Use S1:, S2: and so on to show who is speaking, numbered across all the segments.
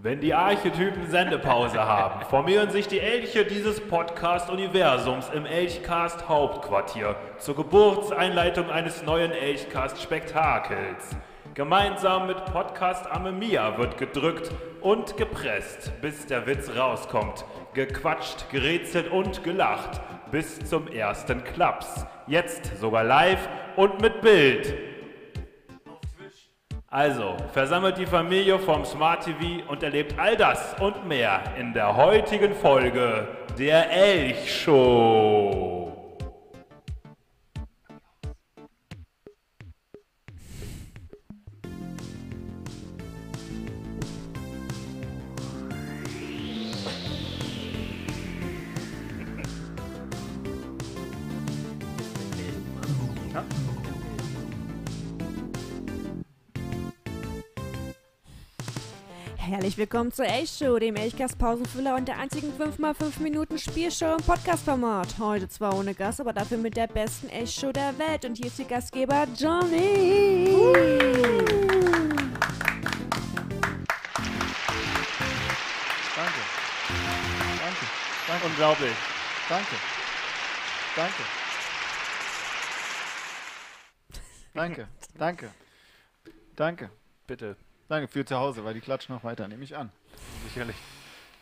S1: Wenn die Archetypen Sendepause haben, formieren sich die Elche dieses Podcast-Universums im Elchcast-Hauptquartier zur Geburtseinleitung eines neuen Elchcast-Spektakels. Gemeinsam mit Podcast Amemia wird gedrückt und gepresst, bis der Witz rauskommt. Gequatscht, gerätselt und gelacht. Bis zum ersten Klaps. Jetzt sogar live und mit Bild. Also, versammelt die Familie vom Smart TV und erlebt all das und mehr in der heutigen Folge der Elch Show.
S2: Herzlich willkommen zur Elch-Show, dem Elchgast-Pausenfüller und der einzigen 5x5 Minuten Spielshow im Podcast-Format. Heute zwar ohne Gast, aber dafür mit der besten Elch-Show der Welt. Und hier ist ihr Gastgeber Johnny.
S3: Danke. Danke. Danke.
S1: Unglaublich.
S3: danke. Danke. Danke. Danke. Danke.
S1: Bitte,
S3: Danke für zu Hause, weil die klatschen noch weiter, nehme ich an.
S1: sicherlich.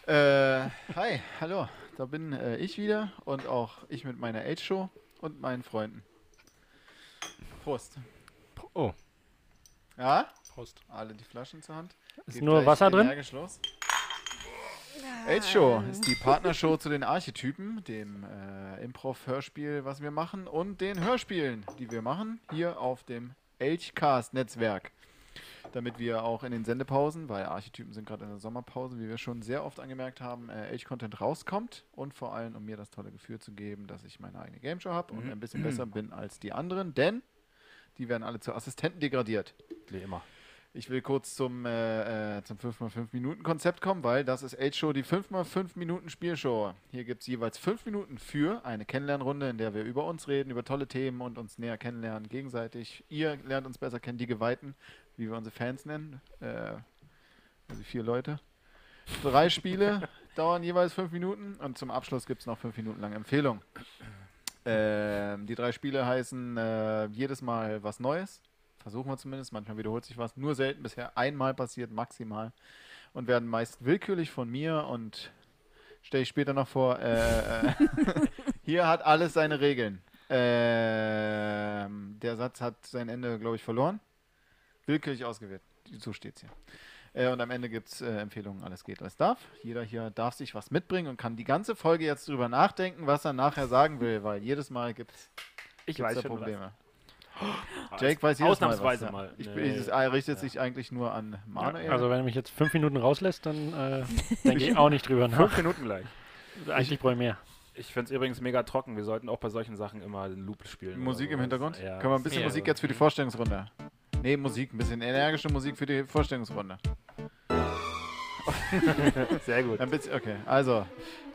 S3: Äh, hi, hallo. Da bin äh, ich wieder und auch ich mit meiner Age-Show und meinen Freunden. Prost.
S4: Oh,
S3: Ja?
S4: Prost.
S3: Alle die Flaschen zur Hand.
S4: Ist
S3: Geht
S4: nur
S3: gleich
S4: Wasser drin?
S3: energisch Los. Age Show ist die Partnershow zu den Archetypen, dem äh, Improv-Hörspiel, was wir machen, und den Hörspielen, die wir machen, hier auf dem Elchcast-Netzwerk. Damit wir auch in den Sendepausen, weil Archetypen sind gerade in der Sommerpause, wie wir schon sehr oft angemerkt haben, äh, Elch-Content rauskommt und vor allem, um mir das tolle Gefühl zu geben, dass ich meine eigene Game Show habe
S4: Mhm.
S3: und ein bisschen besser bin als die anderen, denn die werden alle zu Assistenten degradiert.
S1: Wie immer.
S3: Ich will kurz zum, äh, äh, zum 5x5-Minuten-Konzept kommen, weil das ist H-Show, die 5x5-Minuten-Spielshow. Hier gibt es jeweils 5 Minuten für eine Kennenlernrunde, in der wir über uns reden, über tolle Themen und uns näher kennenlernen, gegenseitig. Ihr lernt uns besser kennen, die Geweihten, wie wir unsere Fans nennen. Äh, also vier Leute. Drei Spiele dauern jeweils 5 Minuten und zum Abschluss gibt es noch 5 Minuten lange Empfehlung. Ähm, die drei Spiele heißen äh, jedes Mal was Neues. Versuchen wir zumindest. Manchmal wiederholt sich was. Nur selten bisher einmal passiert, maximal. Und werden meist willkürlich von mir und stelle ich später noch vor. Äh, äh, hier hat alles seine Regeln. Ähm, der Satz hat sein Ende, glaube ich, verloren. Willkürlich ausgewählt. So steht's hier. Äh, und am Ende gibt es äh, Empfehlungen, alles geht, alles darf. Jeder hier darf sich was mitbringen und kann die ganze Folge jetzt drüber nachdenken, was er nachher sagen will, weil jedes Mal gibt es
S1: Ich
S3: da Probleme. Jake weiß jedes
S1: Ausnahmsweise
S3: Mal.
S1: mal. ne,
S3: Was, ja. Ich,
S1: Nee.
S3: ich, es richtet sich eigentlich nur an Manuel.
S4: Also wenn er mich jetzt fünf Minuten rauslässt, dann äh, denke ich auch nicht drüber
S1: Fünf
S4: nach. Also
S1: Minuten gleich.
S4: Eigentlich brauche ich mehr.
S1: Ich finde es übrigens mega trocken. Wir sollten auch bei solchen Sachen immer den Loop spielen. oder
S3: Musik im
S1: sowas.
S3: Hintergrund?
S1: Ja.
S3: Können wir ein bisschen
S1: Ja,
S3: Musik
S1: also-
S3: jetzt für die Vorstellungsrunde? Nee, Musik, ein bisschen energische Musik für die Vorstellungsrunde.
S1: Sehr gut.
S3: Ein bisschen, okay, also,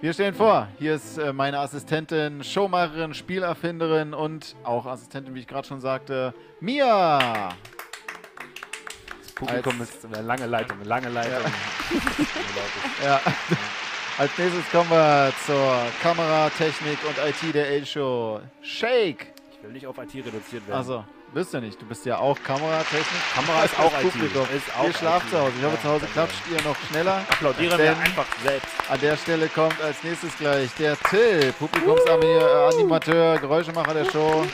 S3: wir stellen vor, hier ist äh, meine Assistentin, Showmacherin, Spielerfinderin und auch Assistentin, wie ich gerade schon sagte, Mia!
S1: Das Publikum
S3: als-
S1: ist eine lange Leitung, eine lange Leitung. Unglaublich.
S3: Ja. Als nächstes kommen wir zur Kameratechnik und IT der L-Show. Shake!
S1: Ich will nicht auf IT reduziert werden.
S3: Also, bist du nicht. Du bist ja auch Kameratechnik.
S1: Kamera ist auch IT. Ist auch
S3: ihr schlaft
S1: IT.
S3: zu Hause. Ich hoffe,
S1: Ja,
S3: zu Hause
S1: danke.
S3: klatscht ihr noch schneller.
S1: applaudieren
S3: Denn
S1: wir einfach selbst.
S3: An der Stelle kommt als nächstes gleich der Till, Publikumsanimateur, Geräuschemacher der Show.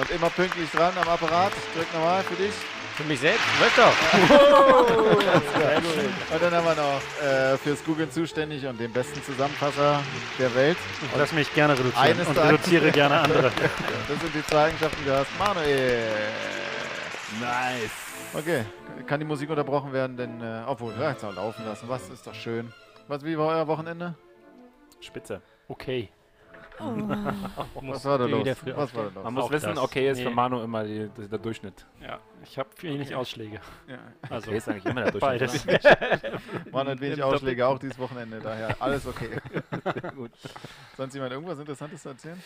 S3: Und immer pünktlich dran am Apparat. Drück nochmal für dich.
S5: Für mich selbst? Läuft doch.
S1: Oh, Sehr gut.
S3: Und dann haben wir noch äh, fürs Googeln zuständig und den besten Zusammenfasser der Welt.
S4: Ich lasse mich gerne reduzieren
S3: Eines
S4: und
S3: Tages-
S4: reduziere gerne andere.
S3: Das sind die zwei Eigenschaften, die du hast. Manuel.
S1: Nice.
S3: Okay, kann die Musik unterbrochen werden, denn äh, obwohl, ja, jetzt noch laufen lassen, was ist doch schön. Was, wie war euer Wochenende?
S1: Spitze.
S4: Okay.
S2: Oh.
S3: Was war da
S4: ich
S3: los?
S4: wieder früh
S3: Was war da los?
S1: Man muss
S4: Auch
S1: wissen,
S4: das.
S1: okay ist für
S4: Nee.
S1: Manu immer die, das ist der Durchschnitt.
S4: Ja, ich habe wenig Ausschläge. Also
S1: Okay ist eigentlich immer der Durchschnitt.
S4: beides.
S1: oder?
S3: Waren halt wenig
S4: Im Doppel-
S3: Ausschläge, auch dieses Wochenende, daher alles okay. Gut. Sonst jemand irgendwas Interessantes zu erzählen?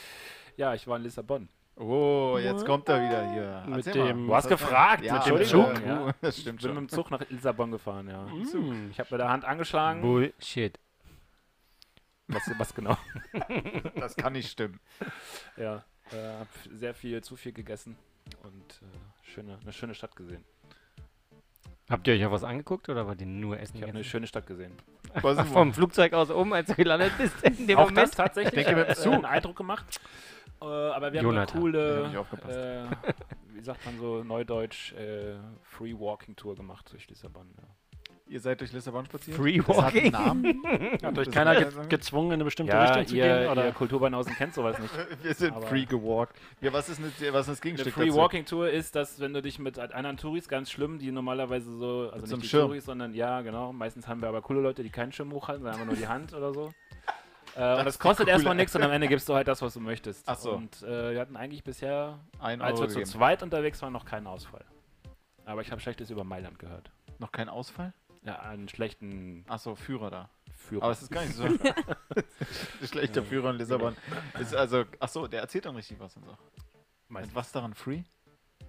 S1: Ja, ich war in Lissabon.
S3: Oh, jetzt kommt er wieder hier.
S4: Mit
S3: Erzähl mal.
S4: dem-
S1: Du hast gefragt,
S3: Ja,
S1: mit
S4: dem
S1: dem
S3: Entschuldigung.
S1: Zug.
S4: Zug.
S3: Ja, das
S1: Ich
S3: stimmt
S1: bin
S3: schon.
S1: mit dem Zug nach Lissabon gefahren, ja.
S4: Mm.
S1: Ich habe mit der Hand angeschlagen.
S6: Bullshit.
S1: Was, was genau?
S3: Das kann nicht stimmen.
S1: Ja, äh, hab sehr viel, zu viel gegessen und äh, schöne, eine schöne Stadt gesehen.
S6: Habt ihr euch auch was angeguckt oder wart ihr nur Essen?
S1: Ich habe eine
S6: gegessen?
S1: schöne Stadt gesehen.
S3: Was
S6: Ach, vom Flugzeug aus oben, als du gelandet bist in dem
S1: Auch das
S6: Moment.
S1: tatsächlich
S3: Ich denke, mit dem
S1: äh,
S3: Zug.
S1: einen Eindruck gemacht. Äh, aber wir haben eine
S3: Ja,
S6: Jonathan.
S3: hab ich
S1: coole,
S3: aufgepasst.
S1: äh, wie sagt man so, neudeutsch, äh, Free Walking Tour gemacht durch Lissabon. Ja.
S3: Ihr seid durch Lissabon spaziert?
S6: Free
S3: Das hat einen
S6: Walking.
S3: Namen.
S4: Hat euch
S3: Das
S4: keiner
S3: muss man
S4: ge
S3: sagen.
S4: gezwungen, in eine bestimmte
S1: Ja,
S4: Richtung zu
S1: ihr,
S4: gehen? Oder?
S1: ihr Kulturbanausen kennt sowas nicht.
S3: Wir sind
S1: Aber-
S3: free gewalkt. Ja, was ist, mit, was ist das
S1: Eine
S3: Gegenstück
S1: Free
S3: dazu?
S1: Walking Tour ist, dass wenn du dich mit anderen Touris ganz schlimm, die normalerweise so, also
S3: Mit so
S1: nicht
S3: einem
S1: die
S3: Schirm.
S1: Touris, sondern ja, genau, meistens haben wir aber coole Leute, die keinen Schirm hochhalten, sondern einfach nur die Hand oder so. Äh,
S3: ist
S1: und das
S3: die
S1: kostet
S3: coole
S1: erstmal nichts
S3: Ecke.
S1: und am Ende gibst du halt das, was du möchtest.
S3: Ach so.
S1: Und äh, wir hatten eigentlich bisher, als
S3: Ein Euro
S1: wir Also zu
S3: gegeben.
S1: zweit unterwegs waren, noch keinen Ausfall. Aber ich habe Schlechtes über Mailand gehört.
S3: Noch kein Ausfall?
S1: Ja, einen schlechten
S3: Achso, Führer da.
S1: Führer.
S3: Aber es ist gar nicht so. Schlechter Führer in Lissabon. Ist also, achso, der erzählt dann richtig was und so.
S1: Meistens.
S3: Und was daran free?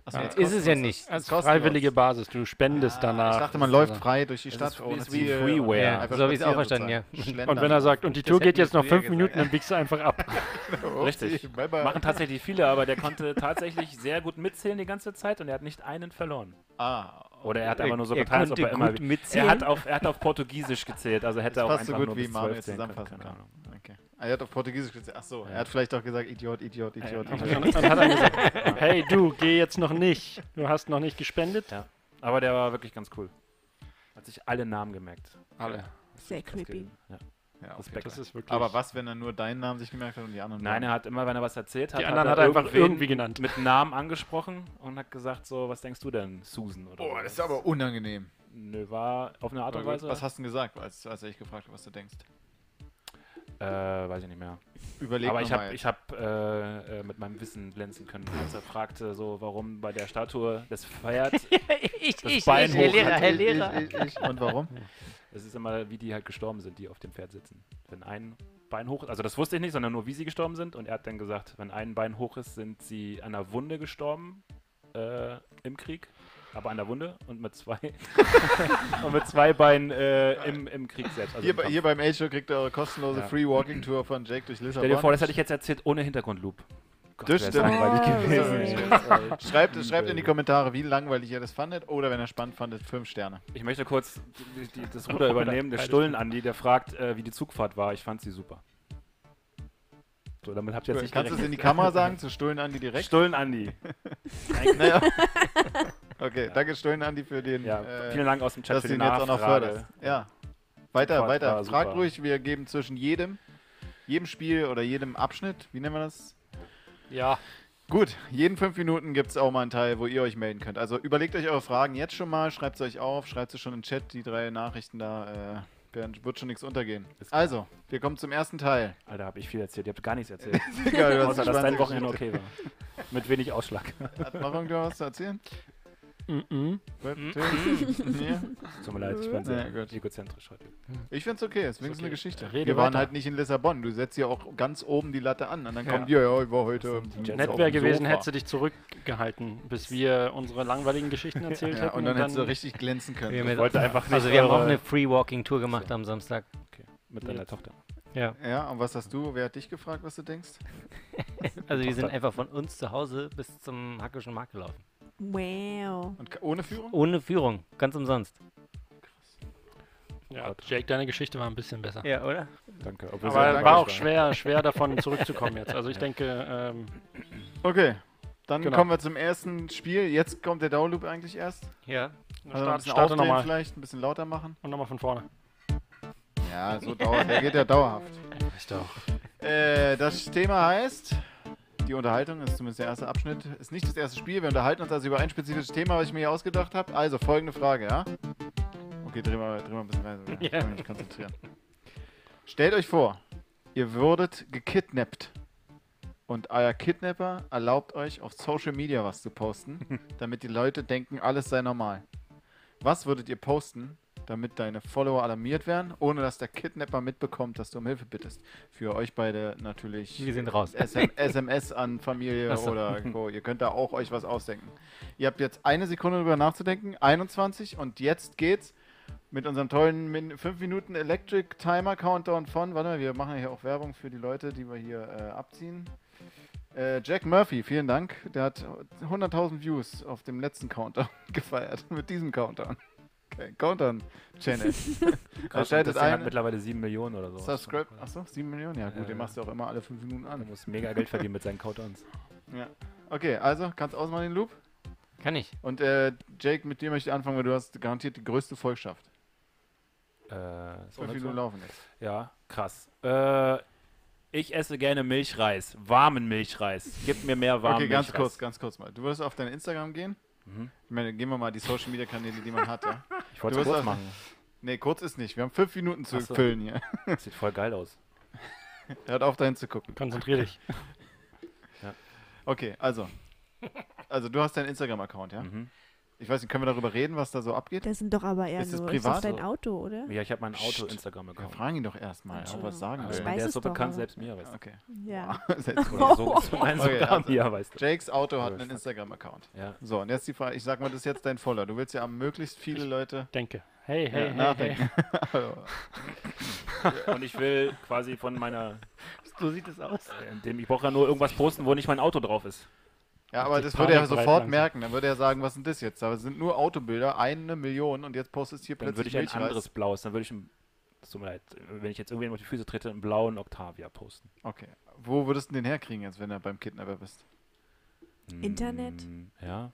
S3: Achso,
S4: Ja.
S3: jetzt
S6: Ist es ja
S3: kostenlos.
S6: nicht.
S4: Als
S3: kostenlos.
S4: freiwillige Basis, du spendest
S3: Ah,
S4: danach.
S3: Ich dachte, man läuft
S4: Also-
S3: frei durch die
S1: Es
S3: Stadt
S1: ist wie-
S3: ohne
S1: ist wie
S3: Ziel.
S1: Freeware.
S6: Ja,
S3: Einfach
S6: so hab ich's auch
S3: spazieren
S6: verstanden,
S3: sozusagen.
S4: Und wenn er sagt, und die Tour
S3: hätten
S4: geht jetzt
S3: wir
S4: noch fünf
S3: früher
S4: Minuten,
S3: gesagt.
S4: dann biegst du einfach ab.
S3: Schlendern.
S1: Richtig.
S3: Oh, Bye bye.
S1: Machen tatsächlich viele, aber der konnte tatsächlich sehr gut mitzählen die ganze Zeit und er hat nicht einen verloren.
S3: Ah,
S1: Oder er hat einfach nur so
S6: Er
S1: getan, als ob
S6: konnte
S1: er immer
S6: gut
S1: Er
S6: mitzählen.
S1: hat, auf, er hat auf Portugiesisch gezählt, also hätte
S3: das
S1: er auch
S3: passt so
S1: einfach
S3: gut
S1: nur
S3: wie
S1: bis 12
S3: Manuel
S1: zählen können,
S3: zusammenfassen
S1: keine
S3: kann.
S1: Ahnung.
S3: Okay. Ah, Er hat auf Portugiesisch gesagt. Achso, er hat vielleicht auch gesagt, Idiot, Idiot, Idiot,
S1: Ja.
S4: Und
S3: Idiot.
S4: dann hat er gesagt, hey du, geh jetzt noch nicht. Du hast noch nicht gespendet.
S1: Ja. Aber der war wirklich ganz cool. Hat sich alle Namen gemerkt.
S3: Alle.
S2: Sehr
S1: Das
S2: creepy.
S1: geht- Ja.
S3: Ja, okay.
S1: Respekt.
S4: Das ist wirklich.
S3: Aber was, wenn er nur deinen Namen sich gemerkt hat und die anderen
S1: Nein,
S3: nicht?
S1: er hat immer, wenn er was erzählt hat,
S4: Die anderen hat er einfach
S1: irgendwen
S4: irgendwie genannt.
S1: mit Namen angesprochen und hat gesagt so, was denkst du denn, Susan? Oder
S3: Boah,
S1: so.
S3: das ist aber unangenehm.
S1: Nö, war auf eine Art und
S3: Aber gut,
S1: Weise.
S3: Was hast du denn gesagt, als, als ich gefragt habe, was du denkst?
S1: äh, weiß ich nicht mehr.
S3: Überleg
S1: Aber
S3: noch
S1: ich
S3: mal
S1: habe
S3: jetzt.
S1: ich hab, äh, äh, mit meinem Wissen glänzen können, als er fragte, so, warum bei der Statue das Pferd,
S6: ich,
S1: Das Bein
S6: Herr
S1: hoch.
S6: Lehrer, Herr
S3: Ich-
S6: Lehrer.
S3: ich- ich- Und warum?
S1: es ist immer, wie die halt gestorben sind, die auf dem Pferd sitzen. Wenn ein Bein hoch ist, also das wusste ich nicht, sondern nur, wie sie gestorben sind. Und er hat dann gesagt, wenn ein Bein hoch ist, sind sie an einer Wunde gestorben äh, im Krieg. Aber an der Wunde und mit zwei und mit zwei Beinen äh, im, im Krieg selbst. Also
S3: Hier,
S1: im
S3: bei-
S1: Kampf.
S3: hier beim A-Show kriegt ihr eure kostenlose
S1: Ja.
S3: Free Walking Tour von Jake durch Lissabon.
S1: Stell dir vor, das hätte ich jetzt erzählt ohne Hintergrundloop. Gott,
S3: Das
S1: wär's
S3: stimmt.
S1: langweilig
S2: Oh.
S1: gewesen. ey.
S3: Schreibt, schreibt in die Kommentare, wie langweilig ihr das fandet oder wenn ihr spannend fandet, 5 Sterne.
S1: Ich möchte kurz die, die, das Ruder übernehmen. Der
S4: Beides
S1: Stullen-Andi, der fragt, äh, wie die Zugfahrt war. Ich fand sie super. So, damit habt ihr jetzt nicht
S3: Kannst du es in
S1: gerechnet.
S3: die Kamera sagen, zu Stullen Andi direkt?
S1: Stullen-Andi.
S3: naja. Okay, danke Stullen Andi für den,
S1: Ja,
S3: äh,
S1: vielen Dank aus dem Chat
S3: dass
S1: für
S3: du
S1: die
S3: ihn jetzt auch noch
S1: Nachfrage.
S3: förderst. Ja. Weiter,
S1: Zugfahrt
S3: weiter.
S1: war
S3: Fragt
S1: super.
S3: ruhig, wir geben zwischen jedem, jedem Spiel oder jedem Abschnitt, wie nennen wir das?
S4: Ja.
S3: Gut, jeden fünf Minuten gibt es auch mal einen Teil, wo ihr euch melden könnt. Also überlegt euch eure Fragen jetzt schon mal, schreibt sie euch auf, schreibt sie schon in den Chat, die drei Nachrichten da, äh, werden- wird schon nichts untergehen.
S1: Ist klar.
S3: Also, wir kommen zum ersten Teil.
S1: Alter, hab ich viel erzählt. Ihr habt gar nichts erzählt.
S3: Egal, du hast
S1: Außer, dass
S3: eine
S1: dein
S3: spannende
S1: Wochenende
S3: Geschichte.
S1: okay war. Mit wenig Ausschlag.
S3: Hat noch irgendwer was zu erzählen?
S4: Mhm.
S3: Gut, Tim? Nee?
S1: Tut mir leid, ich bin
S3: Ja,
S1: sehr
S3: gut.
S1: egozentrisch heute.
S3: Ich find's okay, es ist wenigstens
S4: okay.
S3: eine Geschichte.
S4: Rede
S3: wir waren
S4: weiter.
S3: halt nicht in Lissabon. Du setzt ja auch ganz oben die Latte an und dann
S4: Ja.
S3: kommt, ja, ja, ich war heute.
S1: die Jets
S4: Nett
S1: auf
S4: wäre
S1: dem
S4: gewesen,
S3: Sofa.
S4: hättest du dich zurückgehalten, bis wir unsere langweiligen Geschichten erzählt
S3: Ja,
S4: hätten.
S3: und dann hättest du richtig glänzen
S6: Wir
S3: können.
S6: haben jetzt-
S1: wollte einfach nicht
S6: also wir haben auch
S4: äh,
S1: eure-
S6: eine Free Walking Tour gemacht am Samstag.
S1: Okay. Mit deiner
S4: Jetzt.
S1: Tochter.
S6: Ja.
S3: Ja, und was hast du? Wer hat dich gefragt, was du denkst?
S6: Also wir sind
S1: Tochter.
S6: einfach von uns zu Hause bis zum Hackischen Markt gelaufen.
S2: Wow.
S3: Und k- ohne Führung?
S6: Ohne Führung, ganz umsonst.
S4: ja, Jake, deine Geschichte war ein bisschen besser.
S6: Ja, oder?
S1: Danke. obwohl sie
S4: Aber
S1: sehr
S4: war auch
S1: langweilig
S4: schwer, schwer davon zurückzukommen jetzt. Also ich denke, ähm,
S3: Okay, dann
S4: Genau.
S3: kommen wir zum ersten Spiel. Jetzt kommt der Downloop eigentlich erst.
S6: Ja.
S3: Also ein
S4: start,
S3: bisschen
S4: starte
S3: aufdrehen
S4: nochmal
S3: vielleicht, ein bisschen lauter machen.
S4: und nochmal von vorne.
S3: Ja, so dauert. Der geht ja dauerhaft.
S4: Ich doch.
S3: Äh, das Thema heißt. Die Unterhaltung ist zumindest der erste Abschnitt. Ist nicht das erste Spiel. Wir unterhalten uns also über ein spezifisches Thema, was ich mir hier ausgedacht habe. Also folgende Frage, ja? Okay, dreh mal, dreh mal ein bisschen leiser. Ich kann mich nicht konzentrieren. Stellt euch vor, ihr würdet gekidnappt. Und euer Kidnapper erlaubt euch, auf Social Media was zu posten, damit die Leute denken, alles sei normal. Was würdet ihr posten, damit deine Follower alarmiert werden, ohne dass der Kidnapper mitbekommt, dass du um Hilfe bittest. Für euch beide natürlich
S6: Wir sind raus.
S3: SM SMS an Familie
S6: Ach so.
S3: oder Co. Ihr könnt da auch euch was ausdenken. Ihr habt jetzt eine Sekunde darüber nachzudenken, 21 und jetzt geht's mit unserem tollen Min 5 Minuten Electric Timer Countdown von, warte mal, wir machen ja hier auch Werbung für die Leute, die wir hier äh, abziehen. Äh, Jack Murphy, vielen Dank. Der hat 100.000 Views auf dem letzten Countdown gefeiert. Mit diesem Countdown. Okay, Countdown-Channel. er schaltet
S1: Christian hat
S3: ein.
S1: mittlerweile 7 Millionen oder so.
S3: Subscribe. Achso, 7 Millionen? Ja, gut,
S1: Ja.
S3: den machst du auch immer alle 5 Minuten
S1: Er
S3: an.
S1: muss mega Geld verdienen mit seinen Countdowns. Äh,
S3: Ja. Okay, also kannst ausmachen den Loop.
S6: Kann ich.
S3: Und äh, Jake, mit dir möchte ich anfangen, weil du hast garantiert die größte Volksschaft.
S1: Äh, ist auch
S3: Fünf
S1: nicht
S3: Minuten
S1: so-
S3: laufen jetzt.
S1: ja, krass. Äh, ich esse gerne Milchreis. Warmen Milchreis. Gib mir mehr warmen
S3: Okay, ganz
S1: Milchreis.
S3: kurz, ganz kurz mal. Du würdest auf dein Instagram gehen.
S1: Mhm.
S3: Ich meine, gehen wir mal die Social Media Kanäle, die man hat, ja.
S1: Ich wollte
S3: Du
S1: es
S3: wirst
S1: kurz
S3: auch-
S1: machen.
S3: Nee, kurz ist nicht. Wir haben fünf Minuten zu
S1: Ach so.
S3: füllen hier.
S1: Sieht voll geil aus.
S3: Hört auf, dahin zu gucken.
S4: Konzentrier dich.
S3: Okay, also. Also, du hast deinen Instagram-Account, ja?
S1: Mhm.
S3: Ich weiß nicht, können wir darüber reden, was da so abgeht?
S2: Das sind doch aber eher
S3: Ist das
S2: nur
S3: privat?
S2: ist das dein Auto, oder?
S1: Ja, ich habe mein
S3: Psst. Wir
S1: Auto-Instagram-Account.
S3: fragen ihn doch erstmal, ob er was sagen
S2: Ich
S1: Also,
S3: will.
S2: weiß
S1: der
S2: es
S1: ist so
S2: doch,
S1: bekannt,
S2: aber-
S1: selbst mir, weißt du.
S3: Okay.
S2: Ja.
S3: Selbst-
S1: Oder so, so, nein,
S3: Okay,
S1: sogar
S3: also-
S1: mir, weißt du.
S3: Jakes Auto hat
S1: Oh,
S3: einen
S1: fuck.
S3: Instagram-Account.
S1: Ja.
S3: So, und jetzt die Frage, ich sag mal, das ist jetzt dein Voller. Du willst ja am möglichst viele Leute
S4: Denke. Hey,
S3: ja,
S4: hey, hey, hey.
S3: nachdenken. Also,
S1: Und ich will quasi von meiner,
S4: So sieht es aus.
S1: äh, dem, ich brauche ja nur irgendwas posten, wo nicht mein Auto drauf ist.
S3: Ja, aber
S4: Die
S3: das würde er
S4: Panik breit
S3: sofort
S4: langsam.
S3: merken. Dann würde er sagen, was sind das jetzt? Aber es sind nur Autobilder, eine Million und jetzt postest du hier
S1: Dann würde
S3: plötzlich
S1: ich ein
S3: Milchreis.
S1: anderes blaues, dann würde ich ein, es tut mir leid, wenn ich jetzt irgendjemand auf die Füße trete, einen blauen Octavia posten.
S3: Okay. Wo würdest du den herkriegen jetzt, wenn du beim Kidnapper bist?
S2: Internet?
S1: Mm, Ja.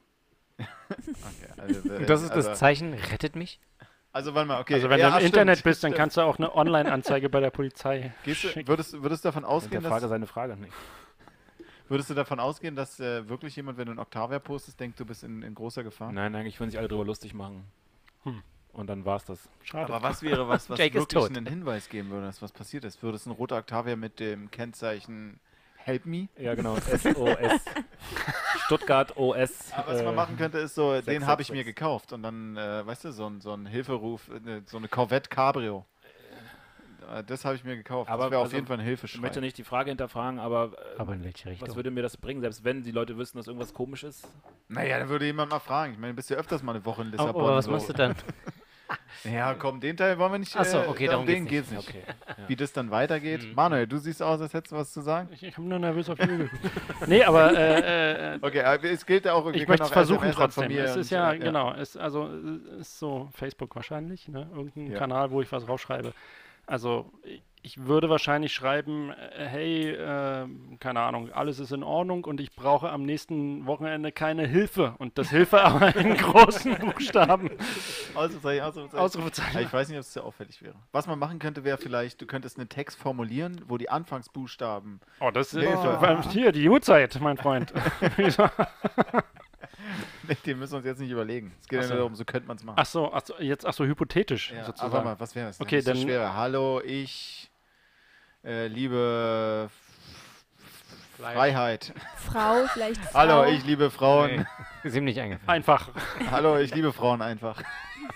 S3: Okay, also, äh,
S6: Das ist
S3: also,
S6: das Zeichen, rettet mich.
S3: Also warte mal, okay.
S4: Also wenn
S3: ja,
S4: du im
S3: stimmt,
S4: Internet bist, dann
S3: stimmt.
S4: kannst du auch eine Online-Anzeige bei der Polizei
S3: Gehst du,
S4: schicken.
S3: würdest, würdest, du davon
S1: Und
S3: ausgehen,
S1: der Frage
S3: dass,
S1: seine Frage nicht.
S3: würdest du davon ausgehen, dass äh, wirklich jemand, wenn du einen Octavia postest, denkt, du bist in, in großer Gefahr?
S1: Nein, eigentlich würden sich alle drüber lustig machen.
S4: Hm.
S1: Und dann war's das.
S4: Schade.
S3: Aber was wäre was, was
S6: Jake ist
S3: wirklich
S6: tot.
S3: einen Hinweis geben würde, dass was passiert ist? Würde es ein roter Octavia mit dem Kennzeichen Help Me?
S1: Ja, genau. SOS. Stuttgart OS.
S3: Aber Ah, was man
S1: äh,
S3: machen könnte, ist so, den
S1: 666.
S3: habe ich mir gekauft und dann, äh, weißt du, so ein, so ein Hilferuf, äh, ne, so eine Corvette Cabrio. Äh, Das habe ich mir gekauft.
S1: Aber
S3: das wäre auf
S1: also,
S3: jeden Fall ein
S1: Ich
S3: Hilfeschrei.
S1: möchte nicht die Frage hinterfragen, aber, äh,
S6: Aber in welche
S1: was
S6: Richtung?
S1: würde mir das bringen, selbst wenn die Leute wüssten, dass irgendwas komisch ist?
S3: Naja, dann würde jemand mal fragen. Ich meine, du bist ja öfters mal eine Woche in Lissabon.
S6: Oh, aber was
S3: so.
S6: machst du dann?
S3: Ja, komm, den Teil wollen wir nicht.
S6: Ach so,
S3: äh,
S6: okay,
S3: um
S6: darum
S3: den
S6: geht's
S3: geht's
S1: Ja,
S3: nicht.
S1: Okay.
S3: Wie das dann weitergeht. Manuel, du siehst aus, als hättest du was zu sagen.
S4: Mhm. Ich, ich habe nur nervös auf die Uhr geguckt. Nee, aber äh, äh, äh,
S3: Okay, aber es gilt ja auch wir
S4: ich
S3: können
S4: möchte es
S3: auch
S4: versuchen
S3: SMS an
S4: trotzdem.
S3: Familie
S4: Es ist
S3: und,
S4: ja,
S3: äh,
S4: genau, es, also es ist so Facebook wahrscheinlich, ne? irgendein
S3: Ja.
S4: Kanal, wo ich was rausschreibe. Also ich- ich würde wahrscheinlich schreiben, äh, hey, äh, keine Ahnung, alles ist in Ordnung und ich brauche am nächsten Wochenende keine Hilfe. Und das Hilfe aber in großen Buchstaben.
S3: Ausrufezeichen, Ausrufezeichen. Ja,
S4: Ausrufezeichen.
S3: ich weiß nicht, ob es sehr auffällig wäre. Was man machen könnte, wäre vielleicht, du könntest einen Text formulieren, wo die Anfangsbuchstaben.
S4: Oh, das ist
S3: Hilfe.
S4: Weil hier die U-Zeit, mein Freund.
S3: Nee, den müssen wir uns jetzt nicht überlegen. Es geht
S4: Ach
S3: ja nur
S4: so.
S3: darum, so könnte man es machen.
S4: Ach so, ach so, jetzt ach so hypothetisch
S3: ja, aber warte
S4: sozusagen.
S3: mal, was wäre das?
S4: Okay,
S3: das ist
S4: dann-
S3: schwer. Hallo, ich äh, liebe Freiheit.
S2: Frau, vielleicht Frau.
S3: Hallo, ich liebe Frauen.
S6: Ist ihm nicht eingefallen.
S4: Einfach.
S3: Hallo, ich liebe Frauen einfach.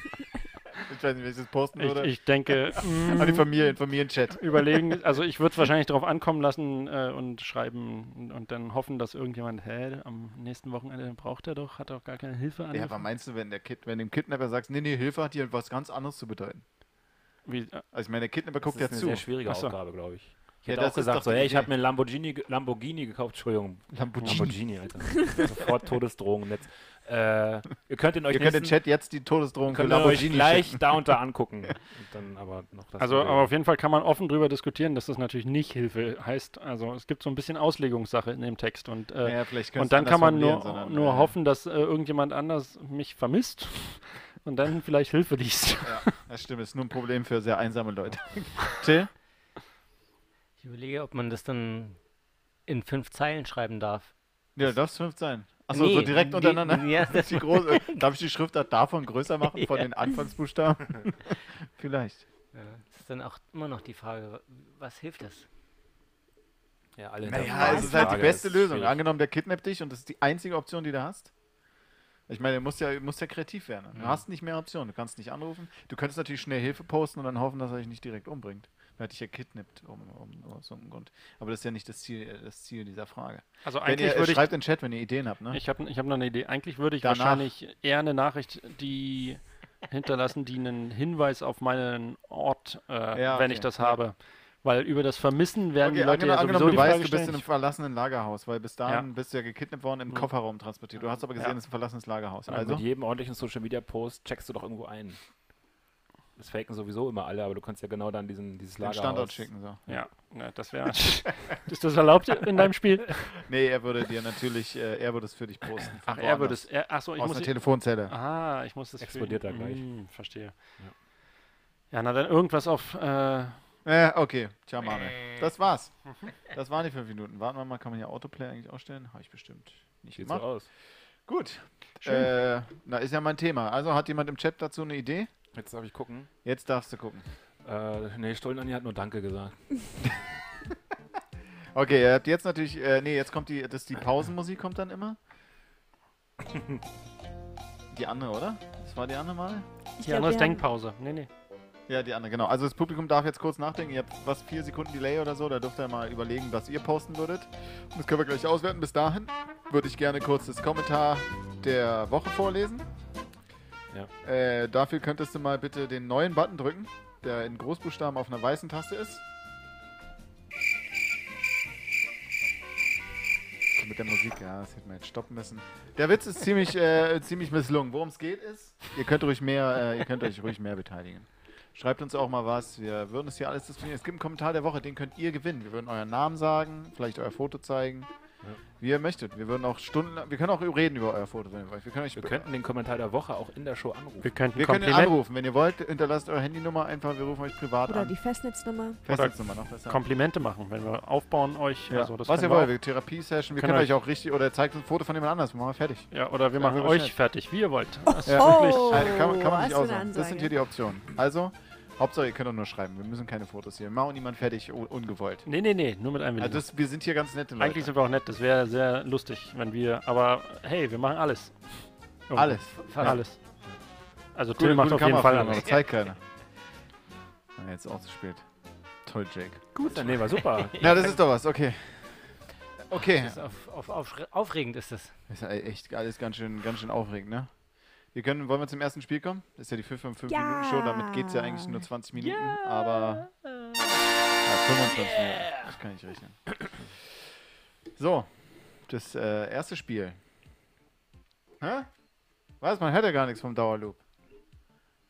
S3: ich weiß nicht, wenn ich das posten
S4: Ich,
S3: würde.
S4: ich denke, mm,
S3: An die Familie, informieren Chat.
S4: überlegen, also ich würde es wahrscheinlich darauf ankommen lassen äh, und schreiben und, und dann hoffen, dass irgendjemand, hä, am nächsten Wochenende braucht er doch, hat doch gar keine Hilfe an.
S3: Ja, aber meinst du, wenn, der Kid, wenn dem Kidnapper sagst, nee, nee, Hilfe hat hier was ganz anderes zu bedeuten?
S4: Wie, äh,
S3: Also ich meine, der Kidnapper
S1: Das
S3: guckt
S1: ist
S3: ja
S1: eine
S3: zu.
S1: sehr schwierige
S4: Ach so.
S1: Aufgabe, glaube ich. Ich
S3: Ja,
S1: hätte
S3: das
S1: auch
S3: ist
S1: gesagt,
S3: doch
S1: so,
S3: die
S1: hey, ich habe
S3: Idee.
S1: mir einen Lamborghini, ge- Lamborghini gekauft. Entschuldigung, Lamborghini, Alter. Sofort Todesdrohung im Netz. Äh, ihr könnt ihn euch
S3: Ihr könnt den
S1: nächsten-
S3: Chat jetzt die Todesdrohung für
S1: könnt ihr euch
S3: Lamborghini
S1: gleich da und da angucken. Und dann aber noch das
S4: also,
S1: Video.
S4: aber auf jeden Fall kann man offen drüber diskutieren, dass das natürlich nicht Hilfe heißt. Also es gibt so ein bisschen Auslegungssache in dem Text und äh,
S3: Ja, vielleicht könntest
S4: Und
S3: du
S4: dann
S3: anders
S4: kann man
S3: formulieren,
S4: nur,
S3: sondern,
S4: nur
S3: äh,
S4: hoffen, dass äh, irgendjemand anders mich vermisst und dann vielleicht Hilfe liest.
S3: Das stimmt, ist nur ein Problem für sehr einsame Leute. Till?
S6: Ich überlege, ob man das dann in fünf Zeilen schreiben darf.
S3: Ja, darf es fünf sein. Achso, so
S6: Nee,
S3: direkt
S6: die-
S3: untereinander.
S6: Ja, das
S3: Die große, darf ich die Schriftart davon größer machen, von den Anfangsbuchstaben? Vielleicht.
S6: Ja, das ist dann auch immer noch die Frage, wa- was hilft das?
S1: ja, alle
S3: Naja,
S1: hinterfragen
S3: es ist halt die
S1: Frage,
S3: beste
S1: ist
S3: Lösung.
S1: schwierig.
S3: Angenommen, der kidnappt dich und das ist die einzige Option, die du hast. Ich meine, du musst ja, du musst ja kreativ werden. Du hast nicht mehr Optionen. Du kannst nicht anrufen. Du könntest natürlich schnell Hilfe posten und dann hoffen, dass er dich nicht direkt umbringt. Er hat dich ja kidnappt, um, um, aus irgendeinem Grund. Aber das ist ja nicht das Ziel, äh, das Ziel dieser Frage.
S4: Also
S3: Wenn
S4: eigentlich
S3: ihr, äh,
S4: würde ich
S3: schreibt in den Chat, wenn ihr Ideen habt, ne?
S4: Ich habe ich hab noch eine Idee. Eigentlich würde ich
S3: Danach.
S4: wahrscheinlich eher eine Nachricht, die hinterlassen, die einen Hinweis auf meinen Ort, äh,
S3: Ja,
S4: wenn
S3: okay,
S4: ich das
S3: ja.
S4: habe. Weil über das Vermissen werden
S3: Okay,
S4: die Leute
S3: angenommen,
S4: ja sowieso
S3: angenommen
S4: die
S3: du
S4: Frage
S3: weißt, du bist in
S4: stellen.
S3: einem verlassenen Lagerhaus, weil bis dahin bist du ja gekidnappt worden, im Kofferraum transportiert. Du hast aber gesehen,
S4: Mhm. Ja.
S3: es ist ein verlassenes Lagerhaus.
S1: Also?
S3: Also,
S1: Mit jedem ordentlichen Social Media Post checkst du doch irgendwo ein. Das faken sowieso immer alle, aber du kannst ja genau dann diesen, dieses
S3: den
S1: Lagerhaus.
S3: Standort schicken. So.
S4: Ja, ne, das wäre. ist das erlaubt in deinem Spiel?
S3: Nee, er würde dir natürlich, äh, er würde es für dich posten.
S4: Ach,
S3: Von
S4: er würde
S3: woanders.
S4: es. Er, ach so, ich
S3: Aus
S4: muss.
S3: einer Telefonzelle.
S4: Ah, ich muss das. für-
S1: Explodiert er gleich.
S4: Hm, verstehe. Ja. na dann irgendwas auf. Äh,
S3: Äh, okay, tja, Mane. Das war's. Das waren die fünf Minuten. Warten wir mal, kann man hier Autoplay eigentlich ausstellen? Habe ich bestimmt nicht
S1: Sieht so
S3: gemacht.
S1: aus.
S3: Gut. Äh, na, ist ja mein Thema. Also hat jemand im Chat dazu eine Idee?
S1: Jetzt darf ich gucken.
S3: Jetzt darfst du gucken.
S1: Äh, nee, Stollenanni hat nur Danke gesagt.
S3: Okay, ihr habt jetzt natürlich, äh, nee, jetzt kommt die, das ist die Pausenmusik kommt dann immer. Die andere, oder? Das war die andere mal?
S2: Ich
S4: die
S2: glaub,
S4: andere ist
S2: wir haben-
S4: Denkpause. Nee, nee.
S3: Ja, die andere, genau. Also das Publikum darf jetzt kurz nachdenken. Ihr habt was, vier Sekunden Delay oder so. Da dürft ihr mal überlegen, was ihr posten würdet. Und das können wir gleich auswerten. Bis dahin würde ich gerne kurz das Kommentar der Woche vorlesen.
S1: Ja.
S3: Äh, dafür könntest du mal bitte den neuen Button drücken, der in Großbuchstaben auf einer weißen Taste ist. Okay, Mit der Musik, ja, das hätte man jetzt stoppen müssen. Der Witz ist ziemlich, äh, ziemlich misslungen. Worum es geht ist, ihr könnt, ruhig mehr, äh, ihr könnt euch ruhig mehr beteiligen. Schreibt uns auch mal was. Wir würden es hier alles diskutieren. Es gibt einen Kommentar der Woche, den könnt ihr gewinnen. Wir würden euren Namen sagen, vielleicht euer Foto zeigen. Wie ihr möchtet. Wir würden auch stundenlang. Wir können auch reden über euer Foto, wenn ihr wollt. Wir können euch
S1: Wir könnten den Kommentar der Woche auch in der Show anrufen.
S4: Wir könnten
S3: wir können ihn
S4: Kompliment,
S3: anrufen. Wenn ihr wollt, hinterlasst eure Handynummer einfach. Wir rufen euch privat
S2: Oder die
S3: an.
S2: Festnetznummer.
S3: Festnetznummer noch besser.
S4: Komplimente machen, wenn wir aufbauen euch.
S3: Ja.
S4: Also, das
S3: Was ihr
S4: können wir
S3: wollt, wir Therapie-Session. Wir
S4: Können
S3: können euch auch richtig. Oder zeigt ein Foto von jemand anders. Wir machen wir fertig.
S4: Ja, oder wir
S3: Ja,
S4: machen
S3: wir
S4: euch
S3: beschneiden.
S4: fertig, wie ihr wollt.
S2: Oh,
S3: Also kann, man- kann man
S2: was
S3: nicht
S2: für eine
S3: aussagen. Das sind
S2: Ansage.
S3: hier die Optionen. Also, Hauptsache, ihr könnt auch nur schreiben. Wir müssen keine Fotos hier. Wir machen niemand fertig, un- ungewollt.
S4: Nee, nee, nee, nur mit einem
S3: Also das, wir sind hier ganz nette Leute.
S4: Eigentlich sind wir auch nett, das wäre sehr lustig, wenn wir, aber hey, wir machen alles. Irgendwie.
S3: alles.
S4: Fast Alles. Also
S3: Gute-
S4: Till macht
S3: gute
S4: auf jeden Fall
S3: Kameraführung,
S4: alles.
S3: aber Zeigt keiner. Na, jetzt ist auch zu spät. Toll, Jake.
S1: Gut, dann nehmen wir super.
S3: Na, das ist doch was, okay. Okay.
S6: Das ist auf, auf, aufschre- aufregend ist es.
S3: Ist ja echt alles ganz schön, ganz schön aufregend, ne? Wir können, wollen wir zum ersten Spiel kommen? Das ist ja die 5 von 5
S2: Ja.
S3: Minuten Show, damit geht es ja eigentlich nur 20 Minuten, aber. Ja, 25 Minuten. Das kann ich rechnen. So, das äh, erste Spiel. Hä? Was? Man hört ja gar nichts vom Dauerloop.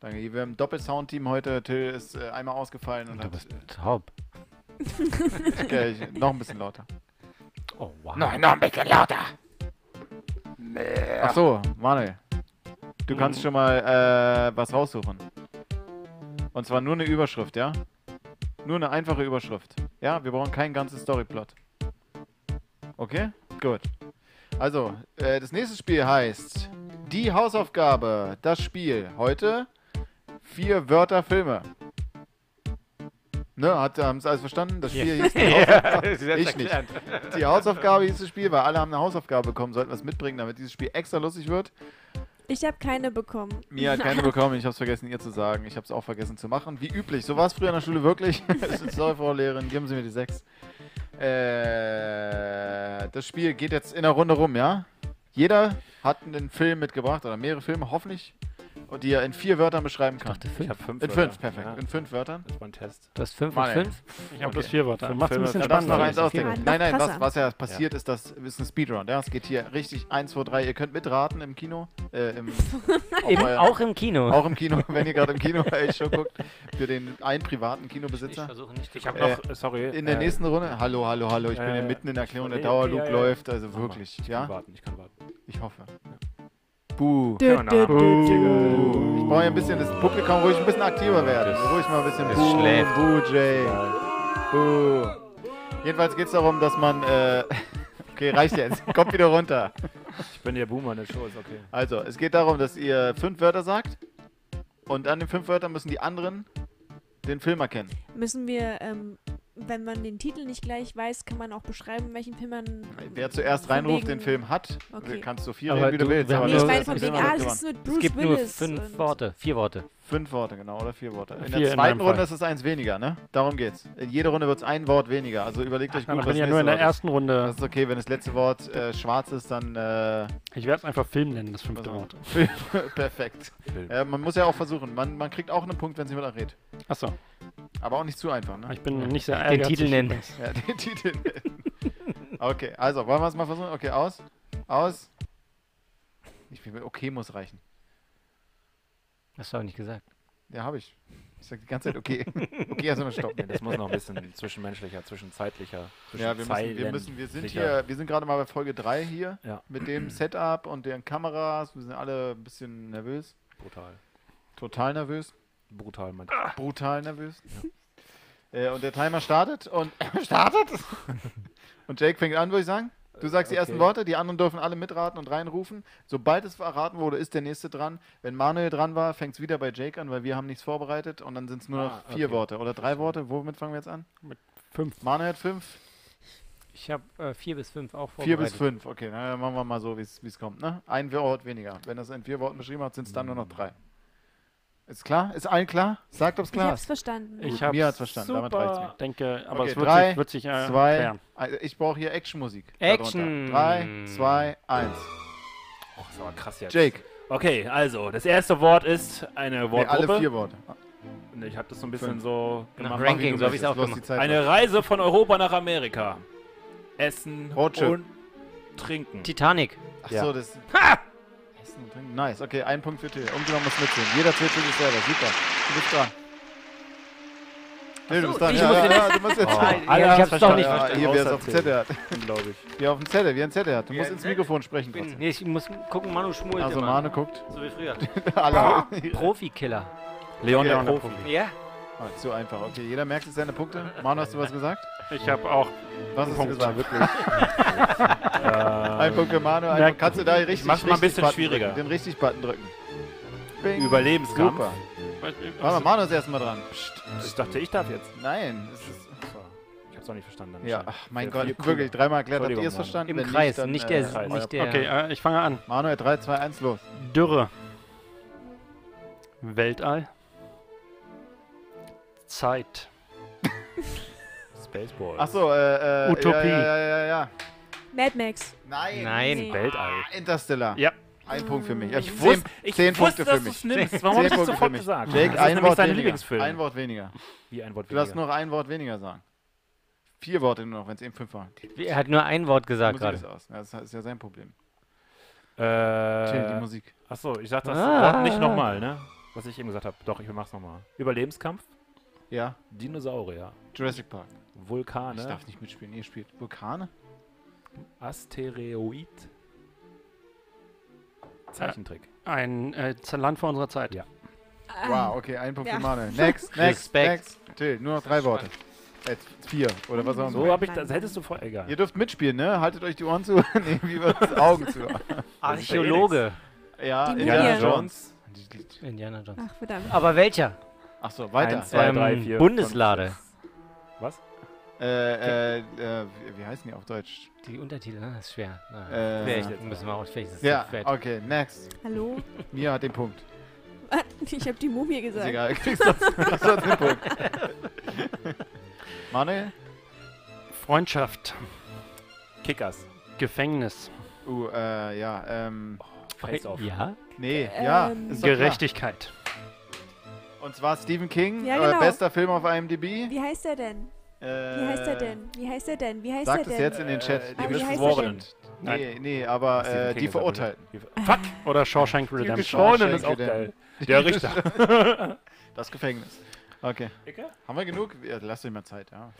S3: Danke, wir haben Doppel-Sound-Team heute. Till ist äh, einmal ausgefallen und hat. äh,
S6: top.
S3: Okay, ich, noch ein bisschen lauter.
S6: Oh, wow.
S3: Ach so, Manuel. Du kannst schon mal äh, was raussuchen. Und zwar nur eine Überschrift, ja? Nur eine einfache Überschrift. Ja, wir brauchen keinen ganzen Storyplot. Okay? Gut. Also, äh, das nächste Spiel heißt Die Hausaufgabe, das Spiel. Heute vier Wörter Filme. Ne, hat, haben Sie alles verstanden? Das Spiel hieß die Hausaufgabe. ich nicht. Die Hausaufgabe hieß das Spiel, weil alle haben eine Hausaufgabe bekommen, sollten was mitbringen, damit dieses Spiel extra lustig wird.
S2: Ich habe keine bekommen.
S3: Mia hat keine bekommen, ich hab's vergessen, ihr zu sagen. Ich hab's auch vergessen zu machen. Wie üblich, so war es früher in der Schule wirklich. Sorry, Frau Lehrerin, geben Sie mir die sechs. Äh, das Spiel geht jetzt in der Runde rum, ja? Jeder hat einen Film mitgebracht oder mehrere Filme, hoffentlich, und die er in vier Wörtern beschreiben kann.
S1: Ich habe fünf.
S3: In
S1: Wörter.
S3: fünf, perfekt.
S1: Ja,
S3: In fünf Wörtern.
S1: das war ein Test.
S6: Du hast 5 und
S3: Manuel.
S6: 5?
S4: Ich habe bloß vier Wörter. Macht's ein
S1: Filme,
S4: bisschen
S3: Da darfst du noch eins
S4: spannender.
S3: ausdenken.
S2: Mann,
S3: Nein, nein,
S2: noch
S3: was,
S2: krasser.
S3: was ja passiert ist, das ist ein Speedrun. Ja? Es geht hier richtig 1, 2, 3. Ihr könnt mitraten im Kino. Äh, im, auf
S6: Im,
S3: euer-
S6: auch im Kino.
S3: Auch im Kino, wenn ihr gerade im Kino Show guckt, für den einen privaten Kinobesitzer.
S6: versuche nicht zu
S1: Ich habe
S3: Äh,
S1: noch, äh, sorry.
S3: In der
S1: äh,
S3: nächsten Runde, hallo, hallo, hallo, ich bin
S1: äh,
S3: hier mitten in der Erklärung, der
S1: nee,
S3: Dauerloop
S1: ja, ja.
S3: läuft, also wirklich,
S1: Ich kann
S3: ja?
S1: warten, ich kann warten.
S3: Ich hoffe. Buh.
S2: Dö,
S1: Können wir
S2: dö,
S1: nachher.
S2: dö, dö.
S3: Ich brauche ein bisschen, das Publikum ruhig ein bisschen aktiver werden. Ruhig mal ein bisschen.
S1: es
S3: Buh,
S1: schläft.
S3: Buh, Jay. Buh. Jedenfalls geht es darum, dass man, äh, okay, reicht jetzt, kommt wieder runter.
S1: Ich bin der Boomer in der Show, ist okay.
S3: Also, es geht darum, dass ihr fünf Wörter sagt und an den fünf Wörtern müssen die anderen den Film erkennen.
S2: Müssen wir ähm, wenn man den Titel nicht gleich weiß, kann man auch beschreiben, welchen Film man.
S3: Wer zuerst reinruft,
S2: wegen-
S3: den Film hat,
S2: Okay.
S3: kannst du viel
S6: Aber
S3: reden, wie du
S6: du-
S3: willst.
S6: wir haben
S2: Nee, ich
S6: nur-
S3: das-
S2: meine
S6: weiß
S2: von
S3: das
S2: wegen,
S3: haben
S2: ah,
S3: wir noch
S2: es
S3: gemacht.
S2: ist nur Bruce
S6: Es gibt nur
S2: Willis.
S6: fünf
S2: und-
S6: Worte, vier Worte.
S3: Fünf Worte, genau, oder vier Worte. In
S4: Vier
S3: der
S4: in
S3: zweiten
S4: meinem
S3: Runde
S4: Fall.
S3: ist es eins weniger, ne? Darum geht's. In jeder Runde wird es ein Wort weniger. Also überlegt euch
S4: Ja,
S3: gut,
S4: dann
S3: was
S4: bin ich ja
S3: das
S4: nur in der
S3: nächste Wort ist.
S4: ersten Runde.
S3: Das ist okay, wenn das letzte Wort äh, schwarz ist, dann äh,
S4: Ich werde es einfach Film nennen, das fünfte
S3: Also-
S4: Wort.
S3: perfekt.
S1: Film.
S3: Äh, man muss ja auch versuchen. Man, man kriegt auch einen Punkt, wenn es jemand redet.
S4: Achso,
S3: Aber auch nicht zu einfach, ne?
S4: ich bin nicht sehr
S6: Den
S4: ehrgeizig.
S6: Titel nennen.
S3: Ja, den Titel. okay, also wollen wir es mal versuchen? Okay, aus. Aus. Ich bin, okay muss reichen.
S6: Hast du auch nicht gesagt.
S3: Ja, habe ich. Ich sag die ganze Zeit okay. Okay, also mal stoppen.
S1: Nee, das muss noch ein bisschen zwischenmenschlicher, zwischenzeitlicher. Zwischen
S3: Ja, wir müssen, wir müssen, wir sind
S1: sicher.
S3: hier, wir sind gerade mal bei Folge 3 hier
S1: Ja.
S3: mit dem Setup und deren Kameras. Wir sind alle ein bisschen nervös.
S1: Brutal.
S3: Total nervös.
S1: Brutal, manchmal.
S3: Brutal nervös. Äh, und der Timer startet und startet. und Jake fängt an, würde ich sagen. Du sagst die ersten
S1: okay.
S3: Worte, die anderen dürfen alle mitraten und reinrufen. Sobald es verraten wurde, ist der nächste dran. Wenn Manuel dran war, fängt es wieder bei Jake an, weil wir haben nichts vorbereitet und dann sind es nur
S1: Ah,
S3: noch vier
S1: okay.
S3: Worte oder drei Worte. Womit fangen wir jetzt an?
S4: Fünf.
S3: Manuel hat fünf,
S6: Ich habe äh, vier bis fünf auch
S3: Vier bis
S6: vorbereitet.
S3: fünf, okay, na, dann machen wir mal so, wie es kommt. Ne? Ein Wort weniger. Wenn das in vier Worten beschrieben hat, sind es dann nur
S1: Hm.
S3: noch drei. Ist klar? Ist allen klar? Sagt, ob es
S2: Ich
S3: klar
S2: hab's
S3: ist.
S2: verstanden.
S4: Ich
S3: Gut,
S4: habe
S3: mir hat's verstanden, damit reicht's mir.
S4: denke, aber
S3: Okay,
S4: es wird
S3: drei,
S4: sich, wird sich äh,
S3: zwei,
S4: klären.
S3: also ich brauche hier Action-Musik. darunter.
S6: Action.
S3: Drei, zwei, eins.
S1: Oh, ist aber krass jetzt.
S3: Jake,
S7: Okay, also, das erste Wort ist eine
S3: nee, alle
S7: Wortgruppe.
S3: vier Worte.
S1: Nee, Ich habe das so ein bisschen so
S6: Nach
S1: gemacht.
S3: Mach, wie du
S6: Ranking, so habe
S3: möchtest.
S6: ich es auch
S3: Bloß die
S6: gemacht.
S3: Zeit
S7: eine Reise von Europa nach Amerika. Essen
S3: Roadtrip.
S7: und trinken.
S6: Titanic.
S3: läuft. Ach
S1: Ja.
S3: so, das. Essen und Trinken. Nice, okay, ein Punkt für Till. Umgenommen muss mitziehen. Jeder zählt für sich selber. Super. Du bist dran. Nee, du bist dran.
S6: ich
S3: Ja,
S6: muss
S3: ja,
S6: den-
S3: ja, du musst jetzt.
S1: Oh.
S6: ich hab's doch nicht
S3: ja,
S6: verstanden.
S3: hier, wer es auf dem Zettel hat.
S1: glaube ich.
S3: Wer auf dem Zettel, wer ein Zettel hat. Du musst ins Mikrofon sprechen. trotzdem.
S6: Nee, ne? ich muss gucken, Manu schmult
S3: Also
S6: immer.
S3: Manu guckt.
S6: So wie früher.
S3: Alle.
S6: Profikiller.
S7: Leon
S3: Ja,
S7: der Profi.
S6: Ja.
S3: Ah, zu einfach. Okay, jeder merkt sich seine Punkte. Manu, hast du was gesagt?
S4: Ich habe auch.
S3: Was hast du
S4: Punkt,
S3: gesagt? Wirklich. ein Punkt für Manu. Ein
S4: Merk-
S3: Punkt. Kannst du da richtig
S7: mach's mal ein
S3: richtig
S7: bisschen
S3: Button
S7: schwieriger.
S3: Drücken, den richtig Button drücken. Bing.
S7: Äh, Überlebenskampf.
S3: Super. Warte mal,
S4: Also,
S3: Manu ist erstmal dran. Psst.
S1: Ich dachte, ich darf jetzt.
S3: Nein. Es ist,
S1: Ich hab's auch nicht verstanden.
S3: ja, ach, mein
S1: Viel
S3: Gott.
S1: cooler.
S3: Wirklich, dreimal erklärt. Habt ihr es
S1: Entschuldigung,
S3: verstanden?
S6: Im
S3: Wenn
S6: Kreis,
S3: dann,
S6: nicht
S3: äh,
S6: der,
S1: Kreis.
S6: nicht der.
S4: okay, äh, ich fange an.
S3: Manuel, 3, 2, 1, los.
S4: Dürre. Weltall. Zeit.
S1: Spaceball.
S3: Achso, äh, äh.
S4: Utopie.
S3: Ja, ja, ja, ja, ja.
S2: Mad Max.
S3: Nein. Ah,
S6: Nein.
S2: Nee.
S1: Weltall.
S3: Interstellar.
S4: Ja.
S3: Ein Punkt für mich. Ich
S7: Ich
S3: zehn,
S7: wusste, ich
S3: zehn
S7: wusste
S3: Punkte
S7: dass
S3: für
S7: du
S3: mich.
S7: es nimmst. Warum
S3: Zehn
S7: hast du es
S3: Punkte für
S7: sofort
S3: mich.
S7: gesagt?
S3: Jake,
S7: das ist
S3: ein
S7: nämlich
S3: Wort,
S7: sein
S3: weniger.
S7: Lieblingsfilm.
S3: ein Wort weniger.
S1: Wie ein Wort
S3: Du darfst
S1: weniger.
S3: nur ein Wort weniger sagen. Vier Worte nur noch, wenn es eben fünf waren. Die
S6: Er hat nur ein Wort gesagt
S3: Musik ist
S6: gerade.
S3: aus. Ja, das ist ja sein Problem. Till, die
S1: Äh,
S3: Musik.
S1: achso, ich sag das
S6: Ah.
S1: Wort nicht nochmal, ne? Was ich eben gesagt habe. Doch, ich mach's nochmal. Überlebenskampf,
S3: Ja,
S1: Dinosaurier,
S3: Jurassic Park. Ich
S1: Vulkane,
S3: darf nicht mitspielen. Ihr spielt Vulkane?
S1: Asteroid. Zeichentrick.
S4: Ein äh, Land vor unserer Zeit.
S1: Ja.
S2: Ah,
S3: Wow, okay, ein Punkt
S2: Ja.
S3: für Manuel. Next, next,
S6: Respekt.
S3: next. Till, nur noch drei Worte. Jetzt vier oder was auch immer.
S1: So hab ich das. Hättest du vor. Egal.
S3: Ihr dürft mitspielen, ne? Haltet euch die Ohren zu. nee, wie war das? Augen zu.
S6: Archäologe.
S3: Ja,
S2: Die
S3: Indiana
S2: Mumie.
S3: Jones.
S6: Indiana Jones.
S2: Ach, verdammt.
S6: Aber welcher?
S3: Achso, weiter.
S1: Eins, Zwei, drei, vier,
S6: Ähm, Bundeslade.
S1: Was?
S3: Äh, äh, äh, wie- wie heißen die auf Deutsch?
S6: Die Untertitel, ne? Das ist schwer. Na,
S3: Äh,
S6: vielleicht müssen wir auch, vielleicht ist es
S3: Ja,
S6: zu spät.
S3: okay, next.
S2: Hallo?
S3: Mia hat den Punkt.
S2: Ich habe die Mumie
S3: Ist
S2: gesagt.
S3: egal, kriegst du kriegst du den Punkt. Manuel?
S4: Freundschaft.
S1: Kickers.
S4: Gefängnis.
S3: Uh, äh, ja, ähm,
S1: Face auf.
S6: Ja?
S3: nee, ja,
S2: Ähm,
S3: ist doch
S4: Gerechtigkeit.
S3: Klar. Und zwar Stephen King,
S2: Ja,
S3: äh,
S2: genau.
S3: bester Film auf IMDb. Äh,
S2: Wie heißt er denn? Wie heißt er denn? Wie heißt er denn? Wie heißt er
S3: Sagt es
S2: denn?
S3: jetzt in den Chat.
S1: Äh,
S2: Ah,
S1: die
S2: wie heißt er
S1: Beschworenen.
S4: Nein.
S3: Nee, nee, aber
S1: Stephen
S3: äh,
S1: King
S3: die
S1: ist aber
S3: Verurteilten.
S1: nicht-
S4: Oder Shawshank
S3: Die
S4: Redemption.
S1: Vorne ist auch geil.
S3: Geschworenen.
S7: Der Richter.
S3: Das Gefängnis. Okay.
S1: Ecke?
S3: Haben wir genug? Ja, lass dir mal Zeit, ja.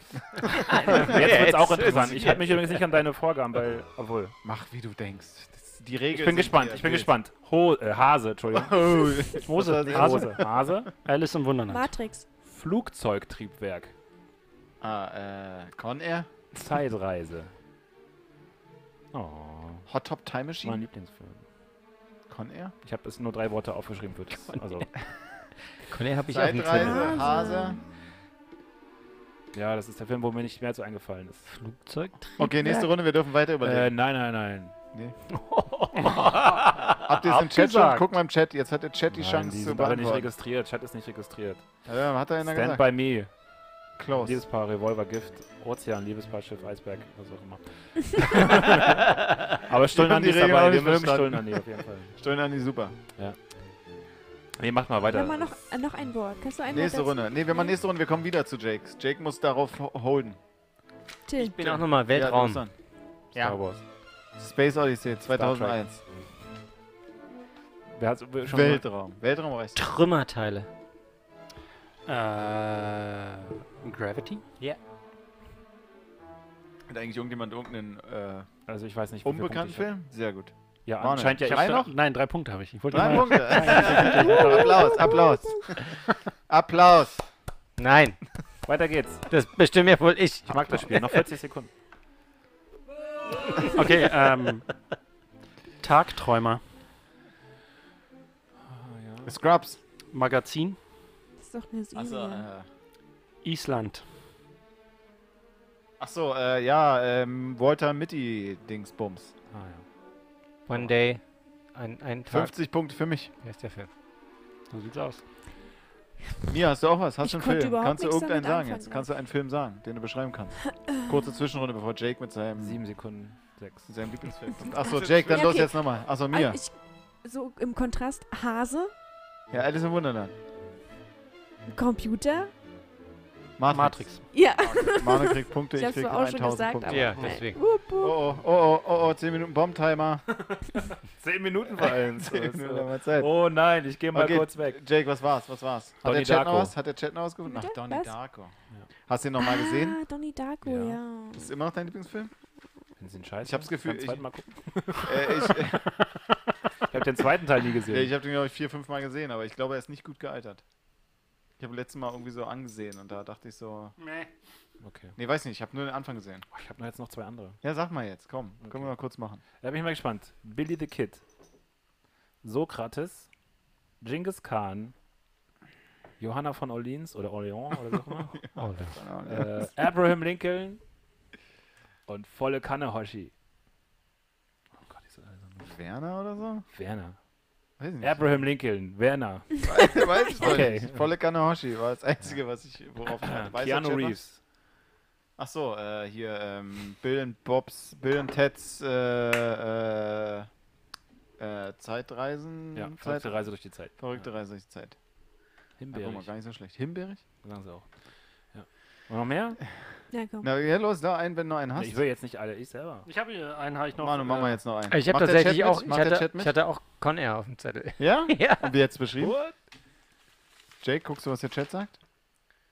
S1: Jetzt wird's auch interessant. Ich halte mich übrigens nicht an deine Vorgaben, weil. Obwohl.
S3: Mach, wie du denkst. Das, die Regel
S1: Ich bin
S3: sind
S1: gespannt.
S3: hier
S1: Ich bin
S3: wild.
S1: gespannt. Ho äh, Hase, Entschuldigung.
S3: Oh, was
S4: Hose.
S3: war das?
S4: Hase.
S1: Hase. Hase.
S4: Alice im Wunderland.
S2: Matrix.
S1: Flugzeugtriebwerk.
S3: Ah, äh, Con Air?
S1: Zeitreise. Oh.
S3: Hot Top Time Machine?
S1: Mein Lieblingsfilm.
S3: Con Air?
S1: Ich habe es nur drei Worte aufgeschrieben für das. Also,
S6: Conner habe ich auch nichts mit.
S3: Zeitreise, Hase.
S1: Ja, das ist der Film, wo mir nicht mehr zu eingefallen ist.
S6: Flugzeug?
S3: Okay, nächste Runde, wir dürfen weiter
S1: Äh,
S3: überlegen.
S1: nein, nein, nein.
S3: Habt ihr es im Chat schon?
S4: abgesagt.
S3: Guck mal im Chat. Jetzt hat der Chat die
S1: Äh, nein,
S3: Chance
S1: die
S3: zu
S1: sind alle nicht
S3: beantworten.
S1: registriert. Chat ist nicht registriert.
S3: Ja, hat er einer
S1: Stand
S3: gesagt?
S1: by me.
S3: Close.
S1: Liebespaar, Revolver, Gift, Ozean, Liebespaar, Schiff, Eisberg, was auch immer. Aber Stollen
S3: Die
S1: ist
S3: Regeln
S1: dabei.
S3: hab
S1: Wir
S3: ich
S1: mögen
S3: verstanden.
S1: Stollen auf jeden Fall.
S3: Steuern an die Super.
S1: Nee, macht mal
S2: Dann
S1: weiter.
S2: mal noch, äh, noch ein Wort. Kannst du ein
S3: Nächste
S2: Wort
S3: Runde. Nee, wir machen nächste Runde. Wir kommen wieder zu Jakes. Jake muss darauf ho- holden.
S2: dazu? Till.
S6: Ich bin auch nochmal Weltraum.
S3: Ja, du bist
S6: Ja.
S1: Star Wars.
S3: dran. Space Odyssey 2001.
S1: Wer hat's schon mal-
S3: Weltraum. Weltraum reicht.
S6: Trümmerteile.
S4: Äh, Gravity?
S3: Hat eigentlich irgendjemand irgendeinen äh,
S1: Also ich weiß nicht, wie viele Punkte
S3: unbekannten
S1: ich hab.
S3: Film? Sehr gut.
S1: Ja,
S3: Manuel.
S1: anscheinend ja.
S3: Ich Drei
S1: ich-
S3: noch?
S4: Nein, drei Punkte habe ich. Ich wollte
S3: Drei
S4: mal-
S3: Punkte. Applaus, Applaus. Applaus.
S6: Nein,
S1: Weiter geht's.
S6: das bestimme ja wohl ich.
S1: Ich mag das Spiel. Noch 40 Sekunden.
S4: Okay, ähm. Tagträumer.
S3: Scrubs.
S4: Magazin.
S2: Das ist doch eine Serie.
S3: Äh,
S4: Island.
S3: Ach so, äh, ja, ähm, Walter Mitty Dingsbums.
S1: Ah,
S6: One day, ein, ein Tag.
S3: 50 Punkte für mich.
S6: Wer ist der Film?
S4: So sieht's aus.
S3: Mia, hast du auch was? Hast
S2: Ich
S3: du einen
S2: konnte
S3: Film?
S2: überhaupt
S3: Kannst du
S2: nichts
S3: irgendeinen
S2: damit
S3: sagen
S2: anfangen,
S3: jetzt?
S2: ja.
S3: Kannst du einen Film sagen, den du beschreiben kannst? Kurze Zwischenrunde, bevor Jake mit
S1: ja.
S3: seinem,
S1: Sieben Sekunden. Sechs.
S3: seinem Lieblingsfilm kommt. Achso, Jake, dann
S2: Ja,
S3: los
S2: okay.
S3: jetzt nochmal. Achso,
S2: Ah,
S3: Mia.
S2: Ich, so im Kontrast Hase,
S3: Ja, Alice im Wunderland.
S2: Computer.
S3: Matrix.
S4: Matrix.
S2: Ja,
S3: Manuel kriegt Punkte,
S2: Ich
S3: ich
S2: hab's
S3: krieg
S2: zwar auch schon
S3: 1000
S2: gesagt,
S3: Punkte.
S2: aber-
S6: Ja,
S2: Nein.
S6: deswegen.
S2: wupp, wupp.
S3: Oh, oh, oh, oh, oh, 10 Minuten Bombtimer.
S1: 10 Minuten vor allem.
S3: Zehn Minuten haben wir Zeit.
S1: Oh nein, ich gehe mal
S3: Okay.
S1: kurz weg.
S3: Jake, was war's? Was war's? Hat
S1: Donnie
S3: der Chat noch
S1: Darko.
S3: was? Hat der Chat noch was gefunden? Ach,
S2: Bitte?
S3: Donnie
S2: Was?
S3: Darko. Hast du ihn noch mal gesehen?
S2: Ah, Donnie Darko,
S1: Ja.
S2: ja.
S3: Ist immer noch dein Lieblingsfil?
S1: Wenn sie scheiße.
S3: Ich hab's Gefühl,
S1: Beim
S3: ich-
S1: zweiten Mal gucken.
S3: äh, ich äh,
S1: ich habe den zweiten Teil nie
S3: ja, ich
S1: gesehen.
S3: habe den, glaube ich, vier, fünf Mal gesehen, aber ich glaube, er ist nicht gut gealtert. Ich habe letztes Mal irgendwie so angesehen und da dachte ich so.
S1: okay.
S3: Nee, weiß nicht, ich habe nur den Anfang gesehen.
S1: Oh, ich habe jetzt noch zwei andere.
S3: Ja, sag mal jetzt, komm. Können wir
S1: Okay.
S3: noch kurz machen.
S1: Da bin ich mal gespannt. Billy the Kid. Sokrates. Genghis Khan. Johanna von Orleans oder Orleans oder so auch immer.
S3: Keine Ahnung, ja.
S1: äh, Abraham Lincoln. Und volle Kanne Hoshi. Oh Gott, ich so also
S3: Werner oder so?
S1: Werner.
S3: Weiß ich nicht.
S1: Abraham Lincoln, Werner.
S3: weiß ich okay.
S1: Okay.
S3: nicht. Volle Kanne Hoshi war das Einzige, was ich, worauf ich hatte. Weiß der
S1: Keanu
S3: Chat noch?
S1: Reeves.
S3: Ach so, äh, hier, ähm, Bill und Bobs, Bill und Ted's, äh, äh, äh, Zeitreisen.
S1: Ja,
S3: Zeit-
S1: verrückte Reise durch die Zeit.
S3: Verrückte Reise durch die Zeit. Ja, guck mal,
S1: Himbeerig.
S3: gar nicht so schlecht. Himbeerig?
S1: Sagen sie auch. Ja. Und noch mehr?
S2: Na komm.
S3: Na, ja, los, da einen, wenn du einen hast.
S1: Ich will jetzt nicht alle, ich selber.
S4: Ich habe hier einen, habe ich noch.
S3: Manu, machen wir
S4: äh,
S3: jetzt noch einen.
S6: Also Ich habe
S3: Macht der
S6: tatsächlich
S3: Chat
S6: auch,
S3: mit?
S6: ich
S3: Macht der
S6: hatte,
S3: Chat
S6: ich
S3: mit?
S6: hatte auch Con Air auf dem Zettel.
S3: Ja?
S6: ja.
S3: Und wie jetzt beschrieben? Jake, guckst du, was der Chat sagt?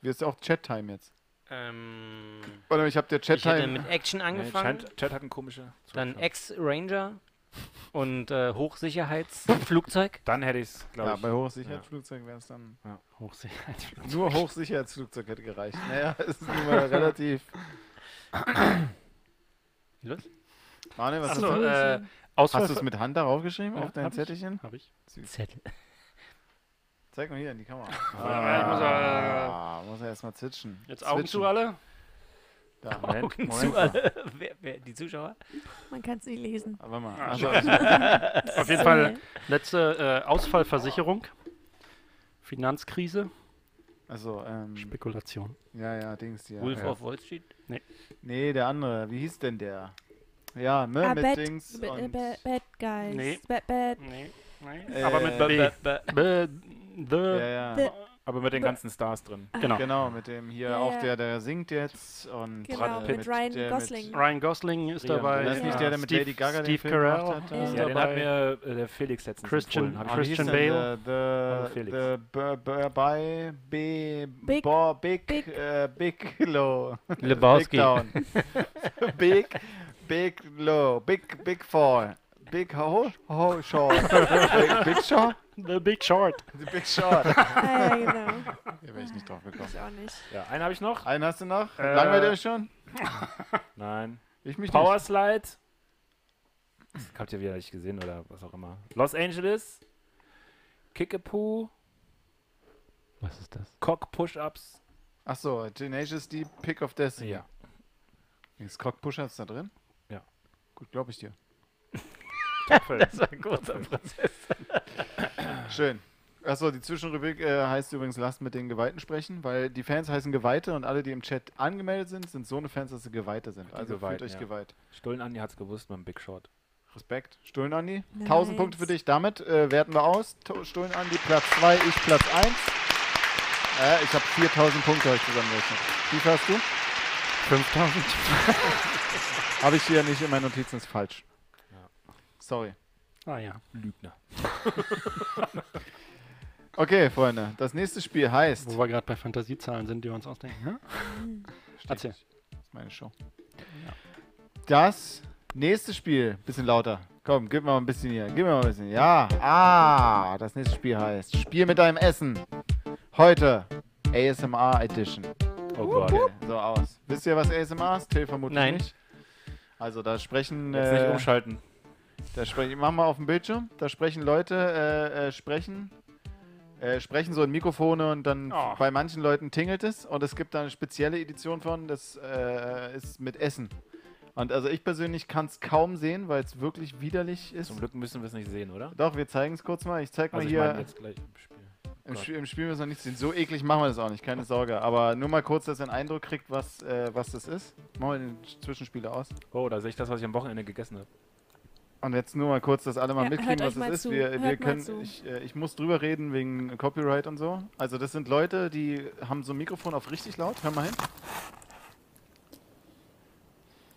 S3: Wie ist auch Chat-Time jetzt?
S6: Ähm,
S3: Oder ich habe der
S6: ich hätte mit
S3: Chat-Time.
S6: Action angefangen,
S1: Chat, Chat hat einen komischen.
S6: dann Ex-Ranger und äh, Hochsicherheitsflugzeug.
S1: Dann hätte ich es, glaube
S3: Ja,
S1: ich.
S3: bei Hochsicherheitsflugzeugen wäre es dann.
S4: Hochsicherheit.
S3: Nur Hochsicherheitsflugzeug hätte gereicht. Naja, es ist nun mal relativ.
S6: Los.
S3: Manuel, was
S4: Achso,
S3: ist das?
S4: äh,
S3: Hast
S4: Auswahl.
S3: du es mit Hand darauf geschrieben,
S4: Ja,
S3: auf dein
S4: hab ich.
S3: Zettelchen?
S4: Habe ich.
S6: Zettel.
S3: Zeig mal hier in die Kamera.
S4: ich muss, äh,
S3: ah, muss er erstmal zitschen.
S4: Jetzt Augen
S3: Zwitschen.
S4: zu alle.
S3: Da.
S1: Moment,
S6: Augen
S3: Moment
S6: zu
S3: mal.
S6: alle. Wer, wer, die Zuschauer?
S2: Man kann es nicht lesen.
S3: Aber mal.
S4: Ah,
S3: Also,
S4: Auf jeden Fall letzte äh, Ausfallversicherung. Finanzkrise.
S3: also ähm,
S4: Spekulation.
S3: ja, ja, Dings hier.
S6: Wolf
S3: Ja.
S6: of Wall Street?
S3: Nee, der andere. Wie hieß denn der? Ja, ne,
S2: Ah,
S3: mit
S2: Bad-
S3: Dings
S2: B- äh,
S3: und...
S2: Ba- Bad Guys.
S4: Nee.
S2: Bad, bad.
S4: Nee, nee.
S3: Äh,
S4: Aber mit B. B.
S3: Ja,
S4: The.
S3: ja.
S2: The-
S1: Aber mit den ganzen Stars drin.
S4: Genau.
S3: Genau, mit dem hier
S2: Ja,
S3: auch
S2: ja.
S3: der, der singt jetzt und...
S2: Genau,
S3: äh,
S2: mit Ryan
S3: der
S2: Gosling.
S4: Ryan Gosling ist
S1: Ja,
S4: dabei.
S3: das
S2: ist nicht
S4: äh,
S3: der, der mit
S4: Steve,
S3: Lady Gaga den
S4: Steve
S3: Film
S4: Carell
S3: gemacht hat,
S2: Ja.
S6: Also
S4: ist
S2: Ja,
S1: den hat
S4: dabei.
S1: mir äh, der Felix letztens
S4: Christian-
S1: empfohlen. Hab ich
S3: Ah, wie hieß
S4: Christian
S3: denn
S4: Bale.
S3: der-
S1: Und Felix.
S3: The, the, b, b, by, b,
S2: Big-
S3: Bo, big,
S2: Big-
S3: äh, big Low.
S6: Lebowski.
S3: Big down. big, big low. Big, big fall. Big ho, ho, short. big, big short?
S4: The Big Short.
S3: The big short.
S2: Ah, ja, genau.
S3: Hier wäre ich nicht drauf gekommen.
S2: Ich auch nicht.
S1: Ja, einen habe ich noch.
S3: Einen hast du noch?
S4: Äh,
S3: Langweilt euch schon?
S1: Nein.
S3: Ich mich
S1: Power Slide. Das habt ihr wieder nicht gesehen oder was auch immer. Los Angeles. Kickapoo.
S6: Was ist das?
S1: Cock Push-Ups.
S3: Ach so, Tenacious D, Pick of Destiny.
S1: Ja.
S3: Ist Cockpusher da drin?
S1: Ja.
S3: Gut, glaube ich dir.
S6: Das war ein kurzer Prozess.
S3: Schön. Achso, die Zwischenrubrik äh, heißt übrigens, lasst mit den Geweihten sprechen, weil die Fans heißen Geweihte und alle, die im Chat angemeldet sind, sind so eine Fans, dass sie Geweihte sind. Also
S1: Geweihten,
S3: fühlt euch
S1: ja.
S3: geweiht.
S1: Stullen Andi hat's gewusst beim Big Shot.
S3: Respekt. Stullen Andi,
S2: Nice.
S3: 1000 Punkte für dich. Damit äh, werten wir aus. To- Stullen Andi Platz 2, ich Platz 1. Äh, ich habe 4000 Punkte euch zusammengerechnet. Wie viel hast du?
S6: 5000.
S3: Habe ich hier nicht in meinen Notizen, ist falsch. Sorry.
S4: Ah ja.
S1: Lügner.
S3: Okay, Freunde, das nächste Spiel heißt.
S4: Wo wir gerade bei Fantasiezahlen sind, die wir uns ausdenken. Ne?
S3: Steht
S4: Erzähl.
S3: nicht. ist meine Show. Das nächste Spiel, bisschen lauter. Komm, gib mal ein bisschen hier. Gib mir mal ein bisschen. Ja. Ah, das nächste Spiel heißt Spiel mit deinem Essen. Heute ASMR Edition.
S1: Oh Gott.
S3: Okay, so aus. Wisst ihr, was ASMR ist? Till vermutlich
S6: Nein.
S3: nicht. Also da sprechen,
S1: Jetzt nicht um
S3: äh,
S1: umschalten.
S3: da sprechen, mach mal auf dem Bildschirm, da sprechen Leute, äh, äh, sprechen, äh, sprechen so in Mikrofone und dann
S4: Oh.
S3: bei manchen Leuten tingelt es und es gibt da eine spezielle Edition von, das äh, ist mit Essen. Und also ich persönlich kann es kaum sehen, weil es wirklich widerlich ist.
S1: Zum Glück müssen wir es nicht sehen, oder?
S3: Doch, wir zeigen es kurz mal. Ich zeig mal
S1: Also ich
S3: hier.
S1: meine jetzt gleich im Spiel.
S3: Im,
S1: Gott.
S3: Spiel, Im Spiel müssen wir nichts sehen. So eklig machen wir das auch nicht, keine Sorge. Aber nur mal kurz, dass ihr einen Eindruck kriegt, was, äh, was das ist. Machen wir den Zwischenspieler aus.
S1: Oh, da sehe ich das, was ich am Wochenende gegessen habe.
S3: Und jetzt nur mal kurz, dass alle mal
S2: Ja,
S3: mitkriegen,
S2: hört euch
S3: was es
S2: mal
S3: ist.
S2: zu.
S3: Wir,
S2: Hört
S3: wir
S2: mal
S3: können,
S2: zu.
S3: ich, äh, ich muss drüber reden wegen Copyright und so. Also das sind Leute, die haben so ein Mikrofon auf richtig laut. Hör mal hin.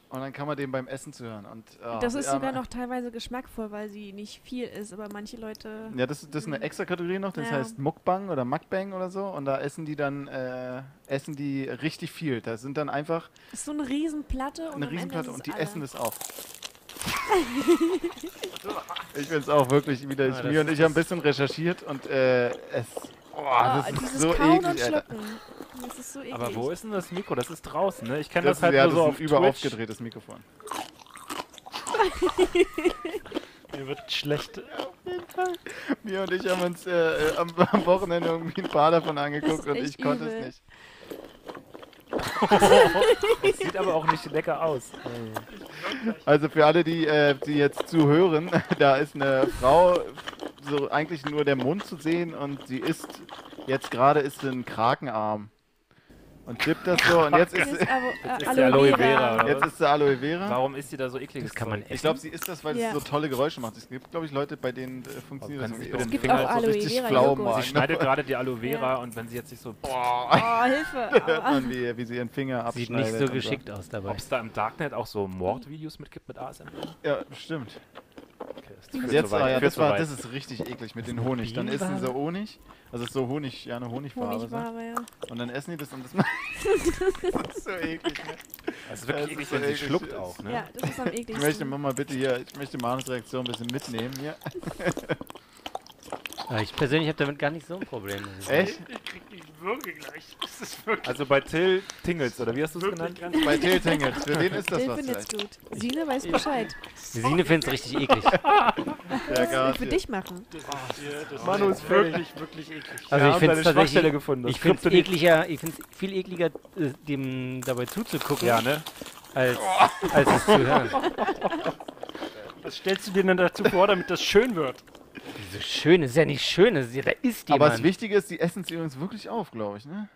S3: Und dann kann man dem beim Essen zuhören. Und, ah,
S2: Das ist
S3: ja,
S2: sogar noch teilweise geschmackvoll, weil sie nicht viel ist, aber manche Leute.
S3: Ja, das, das ist eine extra Kategorie noch, das
S2: Mhm. Ja.
S3: heißt Mukbang oder Mukbang oder so. Und da essen die dann äh, essen die richtig viel. Da sind dann einfach
S2: Ist so eine Riesenplatte und
S3: eine
S2: am Ende
S3: Riesenplatte
S2: ist es
S3: und die
S2: alle.
S3: essen das auf. ich finde es auch wirklich wieder. Ich,
S6: Ah, das
S3: mir und
S6: ist
S3: ich haben ein bisschen recherchiert und äh, es. Oh,
S2: Ah,
S3: das ist
S2: dieses
S3: so
S2: Kauen
S3: eklig,
S2: und
S3: Alter.
S2: Schlucken. Das ist so eklig.
S1: Aber wo ist denn das Mikro? Das ist draußen, ne? Ich kenne
S3: Das,
S1: das,
S3: ist
S1: halt
S3: ja,
S1: nur so
S3: das
S1: auf
S3: ist ein
S1: Twitch.
S3: überaufgedrehtes Mikrofon.
S4: Mir wird schlecht.
S3: Mir und ich haben uns äh, äh, am, am Wochenende irgendwie ein paar davon angeguckt
S2: ist
S3: und ich
S2: echt
S3: konnte
S2: übel.
S3: es nicht.
S1: Das sieht aber auch nicht lecker aus.
S3: Also für alle, die, äh, die jetzt zuhören, da ist eine Frau, so eigentlich nur der Mund zu sehen und sie isst, jetzt gerade ist sie einen Krakenarm. Und tippt das so und jetzt
S2: Hier
S3: ist,
S2: ist Avo äh,
S1: ist die
S2: Aloe,
S1: Aloe
S2: Vera.
S1: Vera.
S3: jetzt ist sie Aloe Vera.
S1: Warum ist die da so eklig?
S6: Das kann man essen.
S3: Ich glaube, sie isst das, weil
S2: Ja.
S3: es so tolle Geräusche macht. Es gibt, glaube ich, Leute, bei denen äh, funktioniert
S1: kannst
S3: das
S1: du
S3: irgendwie
S1: nicht
S3: auch.
S2: Es gibt
S1: Finger
S2: auch
S1: halt so
S2: Aloe
S3: richtig
S2: Vera Oh,
S3: flau
S2: Joghurt.
S3: malen.
S1: Sie schneidet gerade die Aloe Vera
S2: Ja.
S1: und wenn sie jetzt nicht so,
S2: Oh, Hilfe.
S3: Hört man, wie, wie sie ihren Finger
S6: Sieht
S3: abschneidet.
S6: nicht so
S3: und
S6: geschickt aus dabei.
S1: ob es da im Darknet auch so Mordvideos mitgibt mit ASMR?
S3: Ja, stimmt.
S1: Okay, das führt
S3: Jetzt,
S1: zu weit.
S3: ah, ja,
S1: Führt
S3: das,
S1: zu
S3: war,
S1: weit.
S3: das ist richtig eklig mit dem Honig. Dann
S6: Bienenwabe?
S3: essen sie Honig. Also es ist so Honig, ja, eine Honigfarbe. so.
S2: Honigware, ja.
S3: Und dann essen die das und das macht. das ist so eklig. Ne?
S1: Das ist Also wirklich
S3: das
S1: eklig,
S3: ist
S1: wenn
S3: so
S1: sie
S3: eklig.
S1: schluckt auch, ne?
S2: Ja, das ist am
S3: Ich möchte
S2: ekligsten.
S3: Mama bitte hier, ich möchte Manus Reaktion ein bisschen mitnehmen hier.
S6: Aber Ah, ich persönlich habe damit gar nicht so ein Problem. muss ich sagen.
S3: Echt?
S1: Also bei Till Tingles, oder wie hast du es genannt?
S3: Bei Tiltengels, für den ist das
S2: Bill
S3: was
S2: findet's
S3: vielleicht.
S2: gut. Sine weiß Bescheid.
S6: Die Sine findet es richtig eklig. Also
S3: Ja,
S2: Das für
S3: garantiert.
S2: dich machen.
S1: Manu ist wirklich.
S6: Also
S1: Wir
S6: ich
S1: haben
S6: finde
S1: deine
S6: es
S1: Schwachstelle
S6: tatsächlich.
S1: gefunden.
S6: Ich
S1: Das
S6: finde es
S1: Kryptonit.
S6: ekliger, ich finde es viel ekliger, äh, dem dabei zuzugucken,
S1: Ja, ne?
S6: als, als es zu hören.
S4: Was stellst du dir denn dazu vor, damit das schön wird?
S6: Diese Schöne, ist ja nicht Also schön, es ist, ja- da ist jemand.
S3: Aber das Wichtige ist, die essen es übrigens wirklich auf, glaube ich, ne?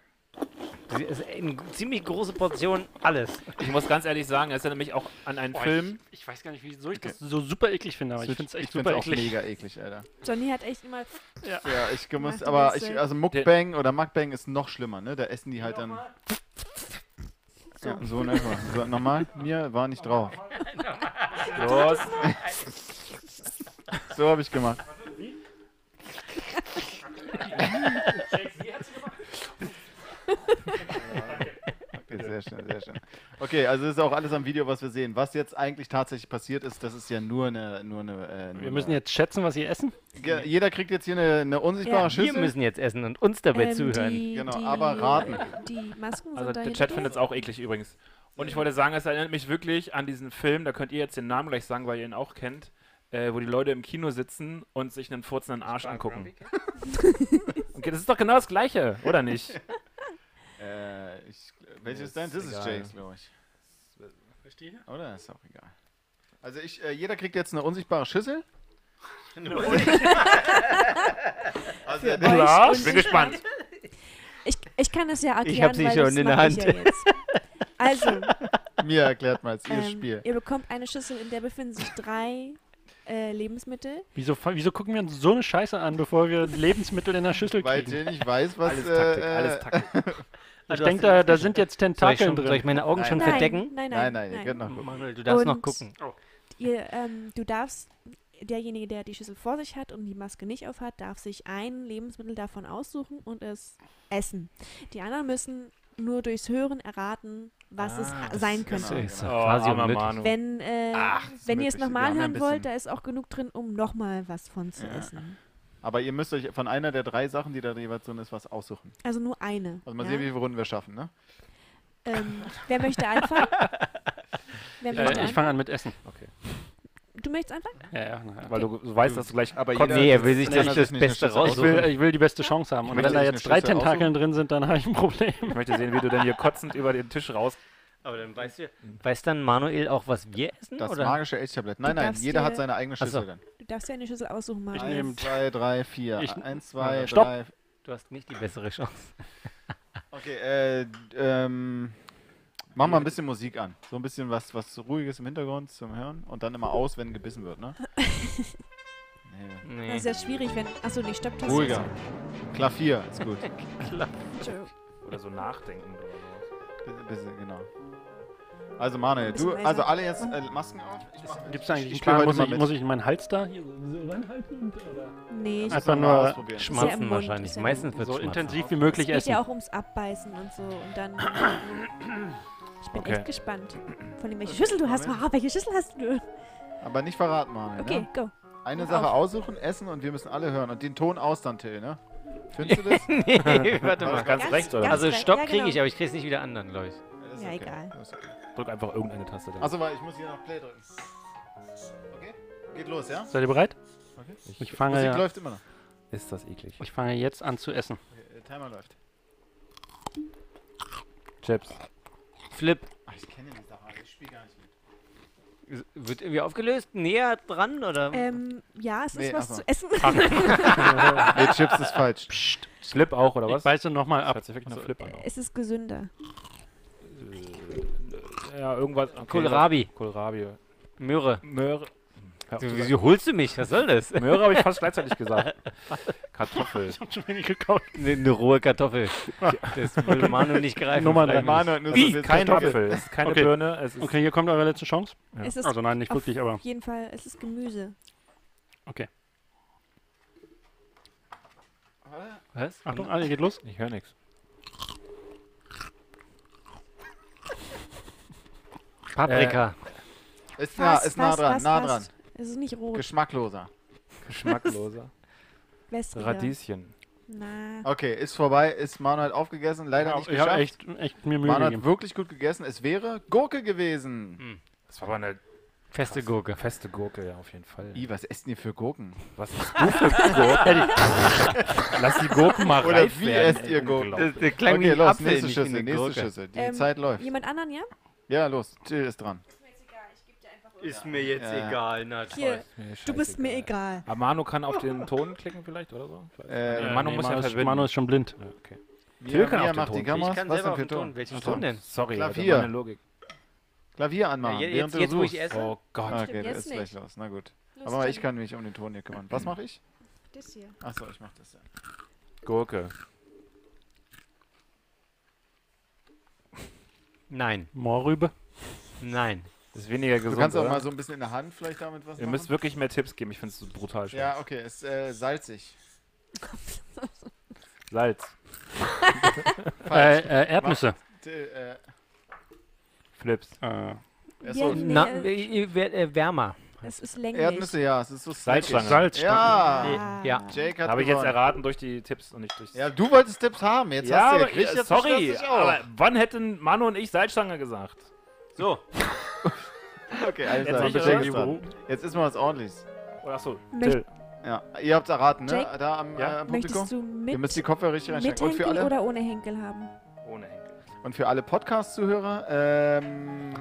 S6: Das ist eine g- ziemlich große Portion alles.
S1: Ich muss ganz ehrlich sagen, es erinnert mich auch an einen
S4: Boah,
S1: Film.
S4: Ich, ich weiß gar nicht, wieso ich das so super eklig finde, aber ich finde es echt
S3: find's
S4: super
S3: auch
S4: eklig.
S3: mega eklig, Alter.
S2: Johnny hat echt immer.
S3: Ja, ich muss,
S2: Mach du
S3: aber
S2: das
S3: ich,
S2: selbst.
S3: also Mukbang oder Mukbang ist noch schlimmer, ne? Da essen die halt dann. So, ja, so nochmal. So, nochmal, mir war nicht drauf.
S1: Los! Also
S3: So habe ich gemacht. Okay, sehr schön, sehr schön. Okay, also das ist auch alles am Video, was wir sehen. Was jetzt eigentlich tatsächlich passiert ist, das ist ja nur eine. Nur eine äh, nur
S4: Wir müssen
S3: eine,
S4: jetzt schätzen, was sie essen.
S3: Ge- Jeder kriegt jetzt hier eine, eine unsichtbare
S2: Ja,
S6: Wir
S3: Schüssel.
S6: müssen jetzt essen und uns dabei
S2: ähm,
S6: zuhören.
S2: Die,
S3: Genau,
S2: die,
S3: aber raten.
S2: Die Masken
S1: Also
S2: sind da
S1: der Chat
S2: hinten.
S1: findet es auch eklig übrigens. Und ich wollte sagen, es erinnert mich wirklich an diesen Film, da könnt ihr jetzt den Namen gleich sagen, weil ihr ihn auch kennt, äh, wo die Leute im Kino sitzen und sich einen furzenden Arsch angucken. Okay, das ist doch genau das Gleiche, oder nicht?
S3: Äh, ich, welches
S1: ist
S3: denn? Das ist
S1: egal.
S3: Jace, glaube ich.
S4: Verstehe?
S3: Oder? Ist auch egal. Also ich, äh, jeder kriegt jetzt eine unsichtbare Schüssel. also,
S2: Für
S3: der-
S2: euch
S1: Ich
S2: und-
S1: bin gespannt.
S2: Ich, ich kann das ja erklären,
S6: Ich hab sie
S2: weil
S6: schon
S2: das
S6: in der
S2: mach ich
S6: Hand.
S2: Ja jetzt. Also,
S3: mir erklärt mal jetzt ihr
S2: ähm,
S3: Spiel.
S2: ihr bekommt eine Schüssel, in der befinden sich drei äh, Lebensmittel.
S4: Wieso, fa- wieso gucken wir uns so eine Scheiße an, bevor wir Lebensmittel in der Schüssel
S3: Weil
S4: kriegen?
S3: Jill nicht weiß, was...
S1: Alles Taktik,
S3: äh,
S1: alles Taktik.
S4: Ich denke, da, da sind jetzt
S6: Soll ich,
S4: Tentakeln
S6: schon, soll ich
S4: drin.
S6: meine Augen schon
S2: nein,
S6: verdecken?
S2: Nein,
S3: Nein,
S2: nein,
S3: nein, ihr könnt noch gucken.
S6: Manuel, du darfst noch
S2: Und-
S6: gucken.
S2: Ihr, ähm, du darfst, derjenige, der die Schüssel vor sich hat und die Maske nicht auf hat, darf sich ein Lebensmittel davon aussuchen und es essen. Die anderen müssen nur durchs Hören erraten, was
S1: Ah,
S2: es sein
S3: genau.
S2: könnte.
S6: Ist
S1: Oh,
S6: doch quasi
S1: armer
S6: unmöglich.
S1: Manu.
S2: Wenn, äh,
S3: Ach, ist
S2: wenn ihr
S3: möglich.
S2: es
S3: Wir
S2: nochmal
S3: haben ja ein
S2: hören wollt,
S3: bisschen-
S2: da ist auch genug drin, um nochmal was von zu essen.
S3: Aber ihr müsst euch von einer der drei Sachen, die da jeweils drin ist, was aussuchen.
S2: Also nur eine.
S3: Also mal
S2: ja?
S3: sehen, wie viele Runden wir schaffen, ne?
S2: ähm, wer möchte anfangen? wer möchte
S4: Äh, ich
S2: anfangen?
S4: fange an mit Essen.
S2: du möchtest anfangen?
S4: Ja, ja, na,
S1: Weil du weißt, dass du gleich.
S3: Aber
S1: Kon-
S6: Nee, er will sich
S3: Nein,
S6: das,
S3: das
S6: das
S3: ist nicht
S6: Beste
S3: das Schüssel
S4: ich, will,
S6: raussuchen.
S4: ich will die beste Chance haben.
S3: Ich
S4: Und
S3: möchte
S4: wenn da
S3: jetzt eine
S4: jetzt drei
S3: Schüssel
S4: Tentakeln drin sind, dann habe ich ein Problem.
S1: Ich möchte sehen, wie du denn hier kotzend über den Tisch raus.
S6: Aber dann weißt du. Weiß dann Manuel auch was wir essen?
S3: Das
S6: oder?
S3: magische Elchtablett. Nein,
S2: Du
S3: nein,
S2: darfst
S3: jeder
S2: dir-
S3: hat seine eigene Schüssel
S6: so.
S3: dann.
S2: Du darfst ja eine Schüssel aussuchen,
S4: Ich
S2: Manuel.
S4: nehme-
S3: Eins, zwei, drei, vier.
S4: Ich-
S3: Eins, zwei,
S4: Stopp.
S3: drei.
S6: Du hast nicht die bessere Chance.
S3: Okay, äh, ähm, mach mal ein bisschen Musik an. So ein bisschen was, was ruhiges im Hintergrund zum Hören und dann immer aus, wenn gebissen wird, ne? Nee.
S6: Nee.
S2: Das ist ja schwierig, wenn. Achso, nee, stopp, das
S3: Ruhiger. Klavier ist gut.
S1: Oder so nachdenken oder sowas.
S3: Bi- Bisschen, genau. Also Manuel,
S2: Bisschen
S3: du,
S2: leiser.
S3: also alle jetzt äh, Masken auf. Ich mach mit.
S4: Gibt es eigentlich
S3: Ich
S4: einen
S3: spiel
S4: Plan?
S3: heute
S4: Muss
S3: mal
S4: ich,
S3: mit.
S4: muss ich meinen Hals da hier so reinhalten? und- Oder?
S2: Nee, ich, es
S3: Also,
S4: Einfach
S3: müssen wir mal
S4: nur
S3: ausprobieren.
S2: Ist ja im
S6: Schmatzen
S2: Mund,
S6: wahrscheinlich.
S2: ist ja im
S6: Meistens wird
S4: so
S6: schmatzen.
S4: intensiv wie möglich
S2: geht
S4: essen.
S2: ja auch ums Abbeißen und so. Und dann. Ich bin
S1: Okay.
S2: echt gespannt. Von dem, welche Schüssel du hast. Wow, welche Schüssel hast du?
S3: Aber nicht verraten, Manuel.
S2: Okay,
S3: Ne?
S2: go.
S3: Eine
S2: auf.
S3: Sache aussuchen, essen und wir müssen alle hören. Und den Ton aus dann, Till, ne? Findest du das?
S6: nee, warte mal.
S1: Ganz,
S2: Ganz-
S1: rechts, oder?
S2: ganz-
S6: Also
S2: recht,
S6: Stopp
S2: ja,
S6: kriege ich,
S2: genau.
S6: aber ich kriege es nicht wieder anderen, glaube ich.
S3: Das ist
S2: Ja, egal.
S3: Das ist okay.
S1: Drück einfach irgendeine Taste. dann.
S3: Achso, warte, ich muss hier noch Play drücken. Okay? Geht los, ja?
S4: Seid ihr bereit?
S3: Okay.
S4: Ich
S3: Musik
S4: fange,
S3: läuft immer noch.
S1: ist das eklig.
S4: ich fange jetzt an zu essen.
S3: Okay, äh, Timer läuft.
S1: Chips.
S6: Flip.
S3: Ach, ich kenne die Sache, ich spiele gar nicht mit.
S6: Wird irgendwie aufgelöst? Näher dran oder?
S2: Ähm, ja, es ist
S3: Nee,
S2: was
S3: ach so.
S2: zu essen.
S3: Nee, Chips ist falsch.
S1: Flip auch, oder was?
S4: Ich beiße nochmal ab.
S1: Hört sich wirklich nach Flip an.
S2: es ist gesünder.
S1: Ja, irgendwas. Okay,
S6: Kohlrabi.
S1: Kohlrabi.
S6: Möhre.
S1: Möhre. Hör auf zu
S6: Wieso
S1: sagen.
S6: wieso holst du mich? Was soll das?
S1: Möhre habe ich fast gleichzeitig gesagt. Kartoffel.
S4: Ich hab schon wenig gekauft.
S6: Eine ne rohe Kartoffel. Das will Manu nicht greifen.
S4: Nummer
S6: freu
S4: drei.
S6: mich.
S1: Wie? Also Kein Apfel. Es ist keine
S4: Okay.
S1: Birne. Es ist
S4: Okay, hier kommt eure letzte Chance.
S1: Ja.
S2: Es ist
S4: Also nein, nicht
S2: auf
S4: wirklich, aber
S2: jeden Fall, es ist Gemüse.
S6: Was?
S4: Achtung, alle geht los.
S1: Ich höre nichts.
S6: Paprika.
S3: Ist nah, ist nah dran, nah dran.
S2: fast. Es ist nicht rot.
S3: Geschmackloser.
S1: Äh, Geschmackloser.
S2: Wässriger.
S1: Radieschen.
S2: Na,
S3: Okay, ist vorbei, ist Manuel aufgegessen, leider
S4: Ja,
S3: nicht
S4: ich habe
S3: geschafft.
S4: echt, echt mir Mühe
S3: Manuel hat
S4: gegeben.
S3: wirklich gut gegessen, es wäre Gurke gewesen.
S1: Das war aber eine
S6: Feste Gurke.
S1: feste Gurke, ja, auf jeden Fall.
S3: I, was essen die für Gurken?
S1: Was ist du für Gurke? Lass die Gurken mal
S3: Oder
S1: reif
S3: wie
S1: werden,
S3: esst
S1: ey,
S3: ihr Gurken?
S1: unglaublich.
S6: der
S3: okay, los, nächste Schüssel, nächste Schüssel. Die
S2: Ähm,
S3: Zeit läuft.
S2: jemand anderen, ja?
S3: Ja, los, Till ist dran.
S6: Ist mir jetzt
S3: Ja.
S6: egal, na
S2: Hier,
S1: Mir
S2: du bist mir egal.
S1: Aber Manu kann auf den Ton klicken vielleicht, oder so? Ich weiß
S3: Äh,
S1: nicht. Manu muss ja
S4: Manu, ist,
S1: verbinden.
S4: Manu ist schon blind.
S1: Ja, okay.
S3: Mia,
S1: kann
S3: Mia
S1: auf den
S3: macht die
S1: Ton.
S3: Kamera.
S6: Ich kann
S3: Was
S6: selber
S3: denn
S6: auf
S3: für
S6: den
S3: Ton?
S6: Ton. Welchen
S3: Ach
S6: Ton
S3: so.
S6: denn?
S1: Sorry,
S3: Klavier.
S1: Alter, meine Logik.
S3: Klavier anmachen,
S6: Ja, je-
S3: während
S6: jetzt,
S3: du
S6: jetzt wo
S3: suchst.
S6: ich esse?
S1: Oh Gott.
S3: Ah,
S2: Stimmt,
S3: okay, das
S2: jetzt
S3: ist gleich
S2: nicht.
S3: los. Na gut.
S2: Los,
S3: Aber ich
S2: Jenny,
S3: kann mich um den Ton hier kümmern. Was mache ich?
S2: Das hier.
S3: Achso, ich mache das ja.
S1: Gurke.
S6: Nein,
S4: Moorrübe.
S6: nein.
S1: Das ist weniger gesund.
S3: Du kannst auch
S1: oder?
S3: mal so ein bisschen in der Hand vielleicht damit was
S1: Ihr
S3: machen.
S1: müsst wirklich mehr Tipps geben, ich finde es brutal schwer.
S3: ja, okay, ist äh, salzig.
S1: Salz,
S4: Äh,
S3: Falsch.
S4: äh, Erdnüsse.
S3: Till, äh,
S1: Flips.
S4: Äh,
S3: achso,
S2: Nee,
S6: Na,
S2: äh,
S6: äh, äh, wer- äh, wärmer.
S2: Es ist länglich.
S3: Erdnüsse, ja, es ist so
S1: Salzstangen.
S3: snackig.
S4: Salz.
S3: Ja,
S2: Ah.
S6: Ja.
S3: Jake hat
S1: Habe ich jetzt
S3: gewonnen.
S1: erraten durch die Tipps und nicht durch
S3: Ja, du wolltest Tipps haben, jetzt
S1: Ja,
S3: hast du
S1: aber,
S3: ja gekriegt, jetzt
S1: sorry,
S3: beschwerst du dich auch.
S1: aber wann hätten Manu und ich Salzstange gesagt?
S6: So.
S3: Okay, also,
S1: Jetzt
S3: jetzt,
S1: nicht,
S3: ist
S1: oder?
S3: Jake dran. jetzt ist mal was ordentliches.
S1: Oder achso,
S2: Möcht-
S1: Till.
S3: Ja, ihr habt's erraten, ne?
S2: Jake?
S3: Da am,
S1: Ja.
S3: äh, am Publikum.
S2: Möchtest du mit,
S3: Ihr müsst die Kopfhörer richtig
S2: mit
S3: reinstecken. Und für
S2: Henkel
S3: alle,
S2: oder ohne Henkel haben?
S1: Ohne Henkel.
S3: Und für alle Podcast-Zuhörer, ähm,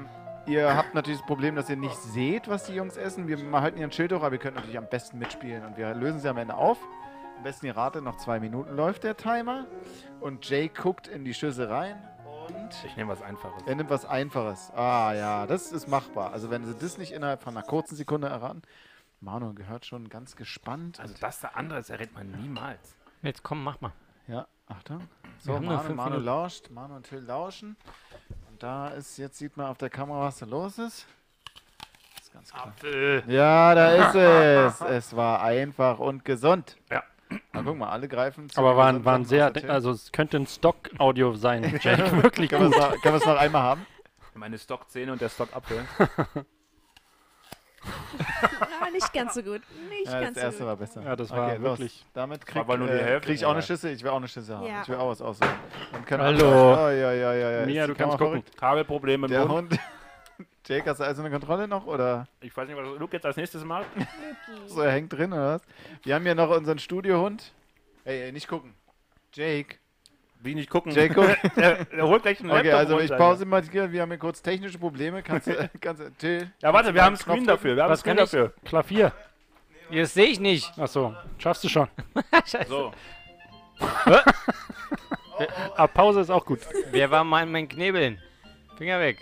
S3: ihr habt natürlich das Problem, dass ihr nicht seht, was die Jungs essen. Wir halten ihren Schild hoch, aber ihr könnt natürlich am besten mitspielen und wir lösen sie am Ende auf. Am besten ihr ratet, noch zwei Minuten läuft der Timer und Jay guckt in die Schüsse rein und
S1: Ich nehme was Einfaches.
S3: er nimmt was Einfaches. Ah ja, das ist machbar. Also wenn sie das nicht innerhalb von einer kurzen Sekunde erraten, Manu gehört schon ganz gespannt.
S1: Also das da andere, das errät man niemals.
S6: Jetzt komm, mach mal.
S3: Ja, Achtung. So,
S6: haben nur
S3: Manu,
S6: fünf
S3: Manu
S6: Minuten.
S3: lauscht, Manu und Till lauschen. Und da ist, jetzt sieht man auf der Kamera, was da los ist. ist ganz klar.
S1: Apfel.
S3: Ja, da ist es. Es war einfach und gesund.
S1: Ja.
S3: Na, guck mal, alle greifen zu.
S4: Aber
S3: den
S4: waren,
S3: gesunden
S4: waren sehr,
S3: außer Till.
S4: also es könnte ein Stock-Audio sein. Jack, wirklich
S3: Können
S4: gut.
S3: wir es noch- können wir es noch einmal haben?
S1: Meine Stockzähne und der Stockapfel.
S2: Ah, nicht ganz so gut. Nicht
S3: Ja, das
S2: ganz so
S3: erste
S2: gut.
S3: war besser.
S4: Ja, das war
S3: los.
S4: wirklich-
S3: Damit krieg,
S1: aber nur die
S3: äh,
S1: Hälfte,
S3: krieg ich auch eine
S1: oder?
S3: Schüsse. Ich will auch eine Schüsse haben.
S2: Ja.
S3: Ich will auch was aussuchen. Dann können wir-
S4: Hallo.
S3: Oh, ja, ja, ja, ja.
S4: Mia,
S3: Ist die
S4: du kannst
S3: Kamera
S4: gucken.
S3: verrückt?
S1: Kabelprobleme im
S3: Der
S1: Mund.
S3: Hund. Jake, hast du also eine Kontrolle noch? Oder?
S1: Ich weiß nicht, was Luke jetzt als nächstes macht.
S3: So, er hängt drin, oder was? Wir haben hier noch unseren Studiohund. Ey, ey, nicht gucken. Jake.
S1: Wie nicht gucken.
S3: Jake, guck.
S1: er, er holt gleich einen
S3: Okay,
S1: Laptop
S3: also ich
S1: runter.
S3: pause mal hier. Wir haben hier kurz technische Probleme. Kannst du, kannst du, Till.
S1: Ja, warte, wir haben einen
S3: Knopf
S1: Screen
S3: drücken.
S1: dafür. Wir haben einen
S4: Was
S1: Screen
S4: kann ich-
S1: dafür.
S4: Klavier.
S6: Jetzt sehe ich nicht.
S4: Achso, schaffst du schon.
S1: So.
S4: Aber Ah, Pause ist auch gut.
S6: Wer war mein, mein Knebeln? Finger weg.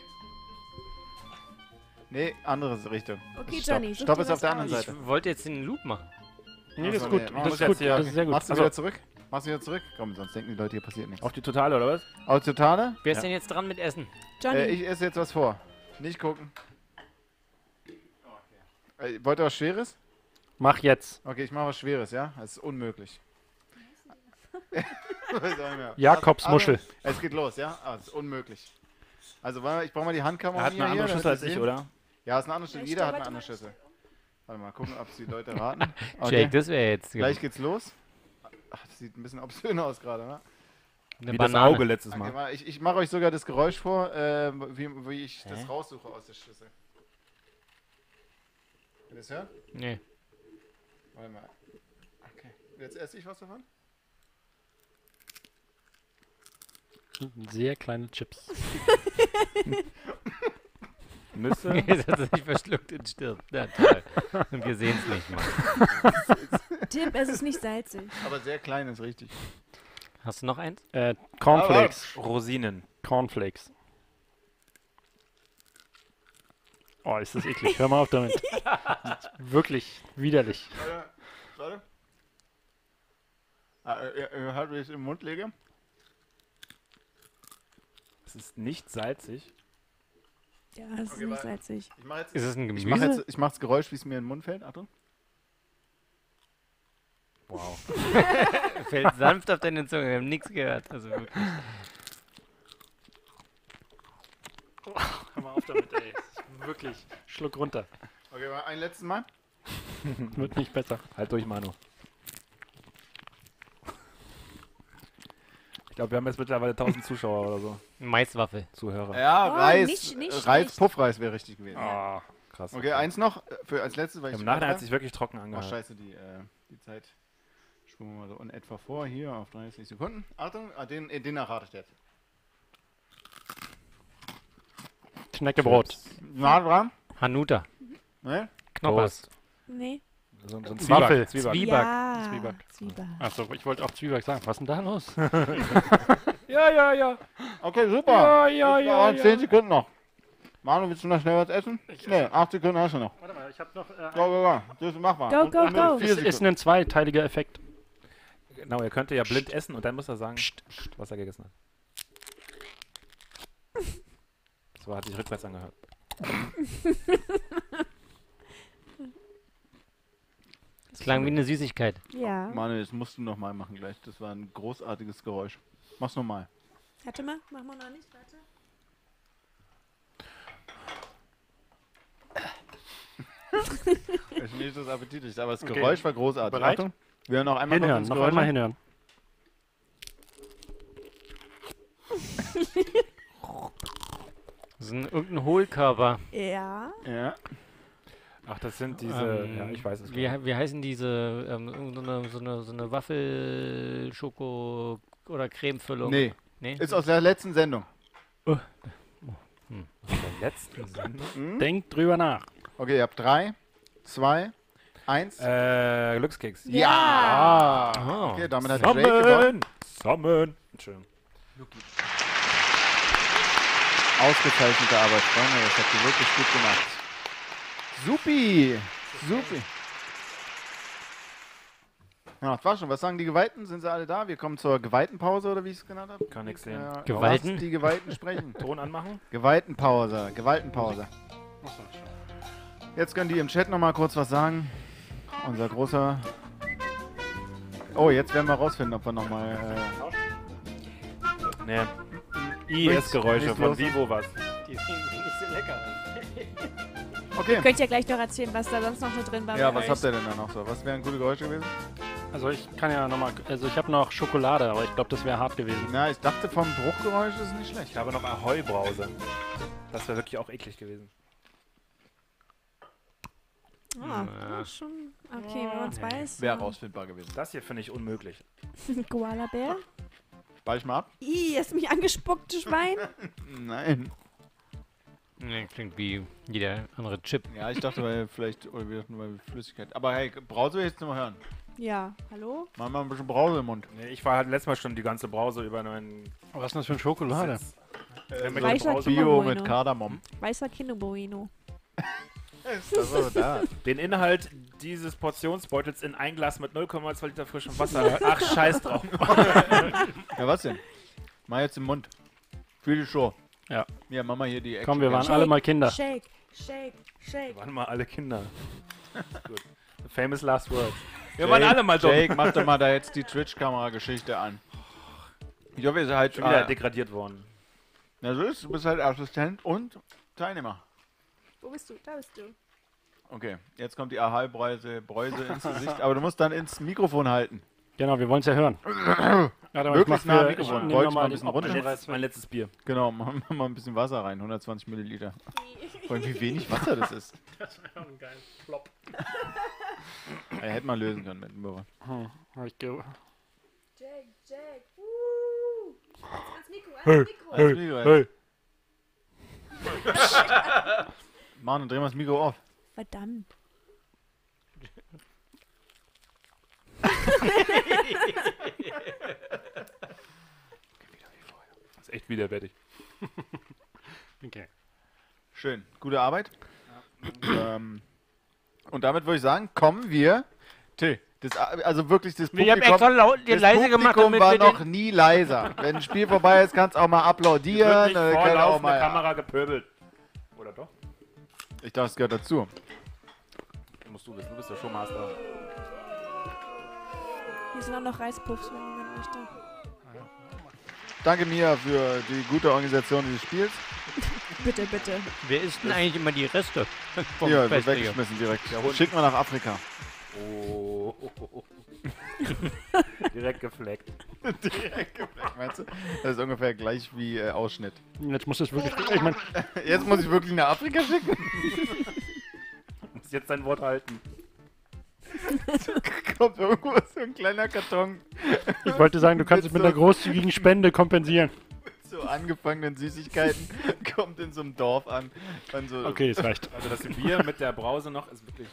S3: Nee, andere Richtung.
S2: Okay,
S3: Stopp.
S2: Johnny, such
S3: Stopp
S2: dir
S3: ist auf
S2: was
S3: der anderen
S2: aus.
S3: Seite.
S6: Ich wollte jetzt den Loop machen.
S4: Nee, das
S3: Achso,
S4: ist gut.
S3: nee,
S1: man
S4: Das
S1: muss
S4: ist
S1: jetzt
S4: gut.
S1: hier-
S4: Das ist sehr gut.
S3: Machst du
S4: Also,
S3: wieder zurück? Machst du wieder zurück? Komm, sonst denken die Leute, hier passiert nichts.
S1: Auf die Totale, oder was?
S3: Auf Totale?
S6: Wer ist denn jetzt dran mit Essen?
S2: Johnny,
S3: Äh, ich esse jetzt was vor. Nicht gucken. Äh, wollt ihr was Schweres?
S4: mach jetzt.
S3: Okay, ich mache was Schweres, ja? Das ist unmöglich. Sagen wir. Also,
S4: Jakobsmuschel.
S3: Es geht los, ja? Ah, das ist unmöglich. Also, warte mal, ich brauche mal die Handkamera.
S1: Er hat
S3: hier,
S1: eine andere
S3: hier,
S1: Schüssel
S3: damit
S1: als
S3: ihr
S1: ich,
S3: seht.
S1: oder?
S3: Ja, ist eine andere Schüssel.
S2: Ich
S3: Jeder
S2: glaub,
S3: hat eine
S2: warte
S3: andere
S2: mal.
S3: Schüssel. Warte mal, gucken, ob es die Leute raten.
S6: Jake, das wäre jetzt.
S3: Gleich geht's los. Ach, das sieht ein bisschen obszön aus gerade, ne?
S6: eine
S1: Wie das
S6: Banane.
S1: Auge letztes
S3: Okay,
S1: Mal.
S3: mal, ich ich mache euch sogar das Geräusch vor, äh, wie, wie ich das raussuche aus der Schüssel. Könnt ihr das hören?
S6: Nee.
S3: Warte mal. Okay. Jetzt esse ich was davon?
S4: Sehr kleine Chips.
S1: Nüsse.
S6: Jetzt hat er sich verschluckt und stirbt. Na toll. Und wir sehen es nicht mal.
S2: Tim, es ist nicht salzig.
S3: Aber sehr klein ist richtig.
S6: Hast du noch eins?
S4: Äh, Cornflakes.
S1: Rosinen.
S4: Cornflakes. Oh, ist das eklig. Hör mal auf damit. Wirklich widerlich.
S3: Warte. Warte. Ah, ihr, ihr hört, wie ich es im Mund lege?
S1: Es ist nicht salzig.
S2: Ja, es
S3: Okay,
S2: ist nicht
S3: warte.
S2: salzig.
S3: Ich mache jetzt
S6: Ist es ein
S3: Ich mache
S6: Gemüse?
S3: jetzt, ich mache das Geräusch, wie es mir in den Mund fällt. Achtung.
S1: Wow.
S6: Fällt sanft auf deine Zunge. Wir haben nichts gehört. Also wirklich.
S4: Hör mal auf damit, ey. Wirklich. Schluck runter.
S3: Okay, mal ein letztes Mal.
S4: Wird nicht besser.
S1: Halt durch, Manu. Ich glaube, wir haben jetzt mittlerweile 1000 Zuschauer oder so.
S6: Maiswaffel.
S1: Zuhörer.
S3: Ja,
S2: Oh,
S3: Reis,
S2: nicht- nicht
S3: äh, Reis,
S2: schlecht.
S3: Puffreis wäre richtig gewesen.
S1: Ah, krass.
S3: Okay, eins noch äh, für als letztes, weil ich
S1: Im Nachhinein hat
S3: vergessen
S1: sich wirklich trocken
S3: habe. Oh
S1: angehört.
S3: scheiße, die, äh, die Zeit spulen wir mal so in etwa vor hier auf 30 Sekunden. Achtung, ah, den, äh, den errate ich jetzt.
S4: Knäckebrot.
S3: Na dran?
S6: Hanuta.
S3: Ne?
S6: Knoppers.
S2: Nee.
S1: so, so ein
S4: Waffel.
S1: Zwiebel. Zwiebel.
S6: Zwieback.
S2: Ja.
S4: Zwieback.
S3: Ah.
S2: Zwieback.
S4: Achso, ich wollte auch Zwieback sagen. Was ist denn da los?
S1: Ja, ja, ja.
S3: Okay, super.
S4: Ja, ja,
S3: Jetzt
S4: ja,
S3: dauern
S4: ja.
S3: 10 Sekunden noch. Manu, willst du noch schnell was essen? Schnell, 8 Sekunden hast du noch.
S4: Warte mal, ich habe noch. äh,
S3: Go, go, go. Das ist machbar.
S2: Go, go, go.
S3: Vier
S4: es ist
S3: Sekunden.
S4: ein zweiteiliger Effekt.
S1: Genau, er könnte ja blind essen und dann muss er sagen, pst, was er gegessen hat. So hat sich rückwärts angehört.
S6: Das klang wie eine Süßigkeit.
S2: Ja.
S3: Manu, das musst du nochmal machen gleich. Das war ein großartiges Geräusch. Mach's nochmal.
S2: Warte mal, machen wir noch nicht. Warte.
S3: Ich nicht das appetitlich, aber das
S4: Okay.
S3: Geräusch war großartig.
S4: Bereit?
S3: Achtung, wir hören noch einmal
S4: Hinhören,
S3: kurz
S4: noch
S3: das
S4: einmal
S3: Geräusch.
S4: hinhören.
S6: Das ist ein, irgendein Hohlkörper.
S2: Ja.
S3: Ja.
S1: Ach, das sind diese.
S6: Ähm,
S1: ja, ich weiß es.
S6: Wie, he- wie heißen diese? Ähm, irgend so eine, so eine, so eine Waffel-Schoko- oder Cremefüllung?
S3: Nee,
S6: Nee?
S3: Ist aus der letzten Sendung.
S1: Letzten Sendung.
S4: Denkt drüber nach.
S3: Okay, ihr habt drei, zwei, eins.
S1: Äh, Glückskeks.
S3: Ja!
S1: Ah.
S3: Okay, damit hat Drake gewonnen.
S1: Summon. Entschuldigung.
S3: Ausgezeichnete Arbeit, Freunde. Das habt ihr wirklich gut gemacht. Supi! Supi! Ja, das war schon. Was sagen die Geweihten? Sind sie alle da? Wir kommen zur Geweihtenpause oder wie ich es genannt habe?
S1: Kann nix sehen.
S3: Ja,
S6: Geweihten?
S3: Lasst die Geweihten sprechen.
S1: Ton anmachen?
S3: Gewaltenpause, Gewaltenpause. Jetzt können die im Chat nochmal kurz was sagen. Unser großer. Oh, jetzt werden wir rausfinden, ob wir äh, nochmal.
S1: Nee.
S3: Nichts-
S1: IS-Geräusche
S3: nichts
S1: von
S3: los.
S1: Vivo was.
S6: Die sehen nicht so lecker
S3: Äh, okay.
S2: Könnt ihr gleich noch erzählen, was da sonst noch so drin war?
S3: Ja, was habt ihr denn da noch so? Was wären gute Geräusche gewesen?
S4: Also ich kann ja nochmal, also ich habe noch Schokolade, aber ich glaube, das wäre hart gewesen.
S3: Na, ich dachte vom Bruchgeräusch ist nicht
S1: Ich
S3: schlecht.
S1: habe noch Ahoi-Brause. Das wäre wirklich auch eklig gewesen.
S2: Ah, ah, schon. Okay, wenn man es weiß.
S3: Wäre rausfindbar gewesen.
S1: Das hier finde ich unmöglich.
S2: Koala-Bär.
S3: Ball ich mal ab?
S2: Ih, hast du mich angespuckt, du Schwein?
S3: Nein.
S6: Nee, klingt wie jeder andere Chip.
S3: Ja, ich dachte, weil vielleicht, oder wir dachten, weil Flüssigkeit. Aber hey, Brause jetzt nur hören.
S2: ja, hallo?
S3: Mach mal ein bisschen Brause im Mund.
S1: Nee, ich war halt letztes Mal schon die ganze Brause über meinen
S4: Was ist denn das für eine Schokolade?
S1: Äh,
S2: Weißer
S1: Brause
S2: Kinder-
S3: Bio
S2: Bueno.
S3: mit Kardamom.
S2: Weißer Kinderbueno.
S3: Das war da.
S1: Den Inhalt dieses Portionsbeutels in ein Glas mit 0,2 Liter frischem Wasser. Ach, scheiß drauf.
S3: Ja, was denn? Mach jetzt im Mund. Für die Show.
S4: Ja.
S3: Ja, mach mal hier die Action.
S4: Komm, wir waren
S2: Shake,
S4: alle mal Kinder.
S2: Shake, shake, shake.
S1: Waren mal alle Kinder. Gut. The famous last words. Wir waren alle mal dumm.
S3: Jake, mach doch mal da jetzt die Twitch-Kamera-Geschichte an. Ich hoffe, ihr seid halt
S1: Schon wieder
S3: ah,
S1: degradiert worden.
S3: Na, so ist, du bist halt Assistent und Teilnehmer.
S2: Wo bist du? Da bist du.
S3: Okay, jetzt kommt die Aha-Breuse Bräuse ins Gesicht, aber du musst dann ins Mikrofon halten.
S4: Genau, wir wollen es ja hören. Warte mal, ich
S3: Möglichst
S4: mach
S3: nah am
S4: für, ich
S3: Mikrofon.
S4: nehm
S3: Beugst
S4: noch
S3: mal
S4: mal
S3: ein
S4: den
S3: bisschen runter.
S1: Mein letztes, mein letztes Bier.
S3: Genau, mach mach mal ein bisschen Wasser rein, 120 Milliliter. Und wie wenig Wasser das ist. Ey, hätte man lösen können mit dem Büro.
S4: Hab ich ge-
S2: Jake, Jake. Uh. Ans Mikro, ans Mikro.
S3: Hey, Mann, dann drehen wir das Mikro auf.
S2: Verdammt.
S1: Das ist echt widerwärtig.
S4: Okay.
S3: Schön, gute Arbeit. Ähm, und damit würde ich sagen, kommen wir. Till, das, also wirklich das
S6: Ich hab
S3: Publikum,
S6: extra laut, den
S3: das
S6: leise
S3: Publikum
S6: gemacht, damit
S3: war
S6: wir
S3: noch
S6: den...
S3: nie leiser. Wenn ein Spiel vorbei ist, kannst du auch mal applaudieren.
S1: Wird
S3: äh,
S1: nicht
S3: kann
S1: vor
S3: auch
S1: laufender
S3: mal,
S1: Kamera gepöbelt. Oder doch?
S3: Ich dachte, es gehört dazu.
S1: Musst du wissen, du bist der Showmaster.
S2: Hier sind auch noch Reispuffs, wenn jemand möchte.
S3: Danke mir für die gute Organisation dieses Spiels.
S2: Bitte, bitte.
S6: Wer isst denn eigentlich immer die Reste? vom
S3: Hier, wird
S6: Fest hier?
S3: weggeschmissen direkt.
S1: Hund.
S3: Schicken wir nach Afrika.
S1: Oh. Direkt gefleckt.
S3: Meinst du? Das ist ungefähr gleich wie äh, Ausschnitt.
S4: Hm, Jetzt muss das wirklich. Ich mein,
S3: Jetzt muss ich wirklich nach Afrika schicken.
S1: Muss jetzt dein Wort halten.
S3: Kommt irgendwo so ein kleiner Karton
S4: ich wollte sagen, du kannst es mit einer großzügigen Spende kompensieren.
S3: so angefangenen Süßigkeiten kommt in so einem Dorf an. Und so,
S4: Okay, es reicht.
S1: Also das Bier mit der Brause noch ist wirklich...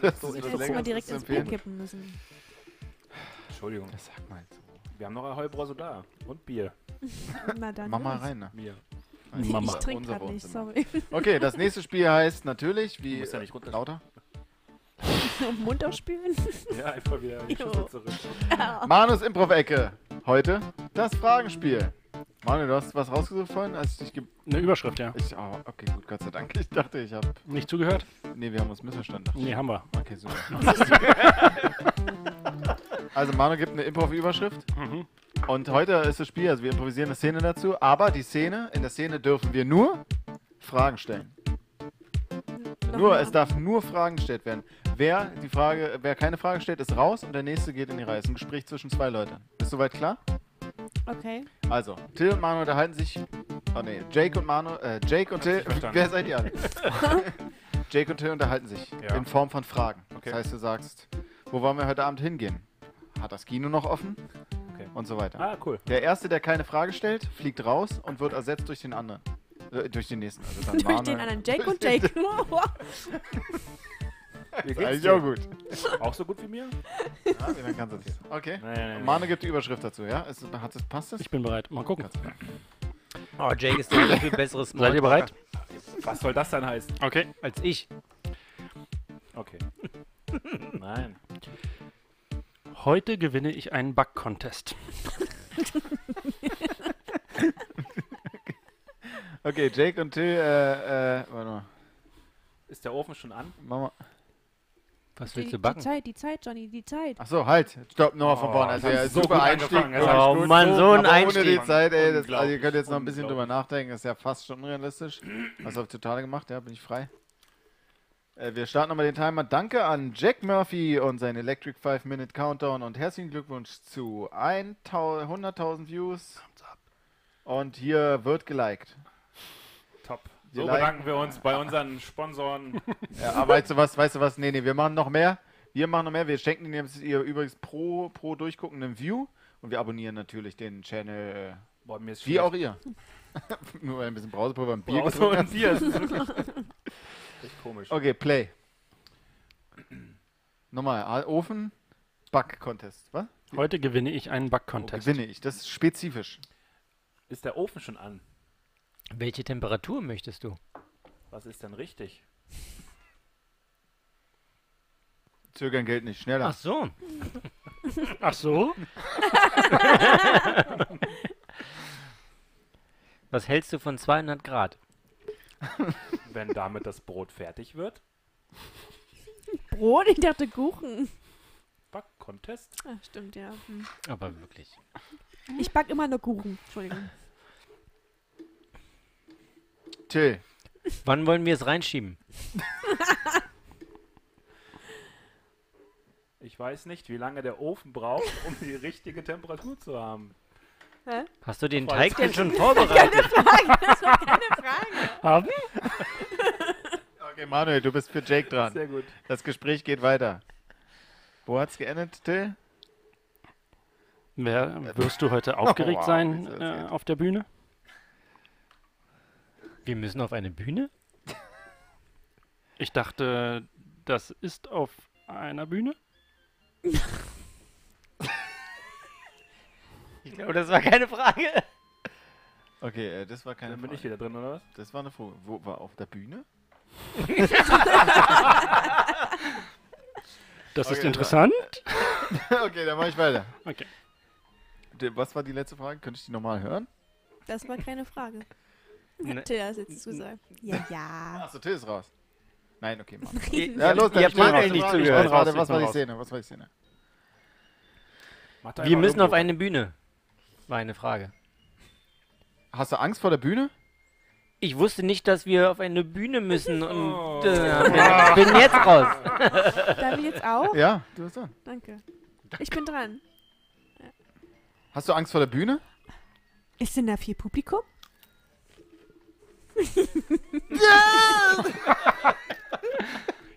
S3: das
S2: Das
S3: ist
S2: hättest du mal direkt ins Bier
S3: empfehlen.
S2: kippen müssen.
S1: Entschuldigung.
S3: Sag mal so.
S1: Wir haben noch Ahoi-Brause da. Und Bier.
S2: Na dann.
S3: Mach mal rein. Ne?
S1: Mir.
S2: Nee,
S4: Mama.
S2: Ich trinke
S3: Unser
S2: gerade nicht,
S3: Wohnzimmer.
S2: sorry.
S3: Okay, das nächste Spiel heißt natürlich, wie.
S1: Du musst ja nicht runter-
S3: Lauter.
S2: Mund aufspülen?
S1: Ja, einfach wieder die
S2: Jo.
S1: Schüssel zurück.
S3: Manus Improv-Ecke. Heute das Fragenspiel. Manu, du hast was rausgesucht vorhin, als ich dich ge
S4: Eine Überschrift, ja.
S3: ich, oh, Okay, gut, Gott sei Dank. Ich dachte, ich habe.
S4: Nicht zugehört?
S3: Nee, wir haben uns missverstanden.
S4: Nee, haben wir.
S3: Okay, super. also Manu gibt eine Improv-Überschrift.
S4: Mhm.
S3: Und heute ist das Spiel, also wir improvisieren eine Szene dazu, aber die Szene, in der Szene dürfen wir nur Fragen stellen. Nur, es darf nur Fragen gestellt werden. Wer die Frage, wer keine Frage stellt, ist raus und der nächste geht in die Reihe. Es ist ein Gespräch zwischen zwei Leuten. Ist soweit klar?
S2: Okay.
S3: Also, Till und Manu unterhalten sich. Oh nee, Jake und Manu, äh, Jake und Till.
S1: verstanden.
S3: Wer seid ihr alle? Jake und Till unterhalten sich
S1: Ja.
S3: in Form von Fragen.
S1: Okay.
S3: Das heißt, du sagst, wo wollen wir heute Abend hingehen? Hat das Kino noch offen?
S1: Okay.
S3: und so weiter.
S1: Ah, cool.
S3: Der Erste, der keine Frage stellt, fliegt raus und wird ersetzt durch den anderen. Äh, durch den nächsten. Also dann
S2: Durch den anderen Jake und Jake.
S1: Wie
S3: Das
S1: geht's
S3: ist auch
S1: dir?
S3: gut.
S1: Auch so gut wie mir?
S3: Ja, dann kannst du das. Okay.
S1: Nein, nein,
S3: Mane gibt die Überschrift dazu, ja? Ist, hat das, passt das?
S4: Ich bin bereit. Mal gucken.
S6: Oh, Jake ist doch ein viel besseres
S4: Seid ihr bereit?
S1: Was soll das dann heißen?
S4: Okay.
S6: Als ich.
S1: Okay. Nein.
S4: Heute gewinne ich einen Back-Contest.
S3: Okay, Jake und Till, äh, äh, warte mal.
S1: Ist der Ofen schon an?
S3: Mach mal.
S6: Was
S2: Die,
S6: willst du
S2: die
S6: backen?
S2: Zeit, die Zeit, Johnny, die Zeit.
S3: Achso, halt. Stopp, nochmal von
S1: Oh,
S3: vorne. Also,
S1: das
S3: ja,
S1: ist so
S3: super
S1: gut
S3: Einstieg.
S1: angefangen, das
S3: ja,
S6: ist Oh gut. Mann, so ein
S3: aber Ohne
S6: Einstieg.
S3: die Zeit, ey. Das, also, ihr
S1: Unglaublich,
S3: könnt jetzt noch ein bisschen drüber
S1: unglaublich.
S3: nachdenken. Das ist ja fast schon unrealistisch. Was auf Totale gemacht, ja, bin ich frei. Äh, wir starten nochmal den Timer. Danke an Jack Murphy und seinen Electric 5-Minute Countdown und herzlichen Glückwunsch zu 1000 100.000 Views. Und hier wird geliked.
S1: Top.
S3: Wir
S1: So
S3: liken-
S1: bedanken wir uns bei unseren Sponsoren.
S3: Ja, aber Ah, weißt du was, weißt du was? Nee, nee, wir machen noch mehr. Wir machen noch mehr. Wir schenken ihnen jetzt ihr übrigens pro, pro durchguckenden View. Und wir abonnieren natürlich den Channel, äh,
S1: Boah, mir ist
S3: wie auch ihr. Nur weil ein bisschen Brausepulver und Bier
S1: Bier
S3: getrunken
S1: und
S3: hast.
S1: Bier. Das ist wirklich echt komisch.
S3: Okay, Play. Nochmal, A- Ofen, Back-Contest. Was?
S4: Heute gewinne ich einen
S3: Oh,
S4: Back-Contest.
S3: gewinne ich. Das ist spezifisch.
S1: Ist der Ofen schon an?
S6: Welche Temperatur möchtest du?
S1: Was ist denn richtig?
S3: Zögern gilt nicht. Schneller.
S6: Ach so.
S4: Ach so?
S6: Was hältst du von 200 Grad?
S1: Wenn damit das Brot fertig wird?
S2: Brot, ich dachte Kuchen.
S1: Back-Contest?
S2: Ach, stimmt, ja. Hm.
S6: Aber wirklich.
S2: Ich back immer nur Kuchen. Entschuldigung.
S3: Till.
S6: Wann wollen wir es reinschieben?
S1: Ich weiß nicht, wie lange der Ofen braucht, um die richtige Temperatur zu haben.
S6: Hast du den
S1: Voll.
S6: Teig denn schon vorbereitet?
S4: Haben?
S3: Okay, Manuel, du bist für Jake dran.
S1: Sehr gut.
S3: Das Gespräch geht weiter. Wo hat's geendet, Till?
S4: Wer, wirst du heute aufgeregt
S3: wow, wie
S4: sein
S3: ist das
S4: äh,
S3: jetzt?
S4: auf der Bühne?
S6: Wir müssen auf eine Bühne?
S4: Ich dachte, das ist auf einer Bühne.
S6: Ich glaube, das war keine Frage.
S3: Okay, äh, das war keine
S1: Dann bin
S3: Frage.
S1: ich wieder drin, oder was?
S3: Das war eine Frage. Wo war auf der Bühne?
S4: Das ist
S3: Okay,
S4: interessant.
S3: okay, dann mache ich weiter.
S4: Okay.
S3: D- Was war die letzte Frage? Könnte ich die nochmal hören?
S2: Das war keine Frage.
S6: Ne.
S2: Hat Till das jetzt gesagt. Ja, ja.
S3: Achso, Till ist raus. Nein, okay, Mann.
S6: Ihr,
S3: Ja, los, dann
S6: ihr habt
S3: schnell
S6: Manuel
S3: raus,
S6: nicht
S3: Frage.
S6: zugehört.
S3: Ich bin raus,
S4: Ich
S3: was war
S4: bin
S3: die
S4: raus.
S3: Szene? Was war die Szene?
S1: Mach doch
S6: Wir
S1: einfach
S6: müssen auf
S1: irgendwo.
S6: eine Bühne. War eine Frage.
S3: Hast du Angst vor der Bühne?
S6: Ich wusste nicht, dass wir auf eine Bühne müssen und äh, Oh. bin, bin jetzt raus.
S2: Darf ich jetzt auch?
S3: Ja, du bist dran.
S2: Danke. Ich bin dran.
S3: Hast du Angst vor der Bühne?
S2: Ist denn da viel Publikum?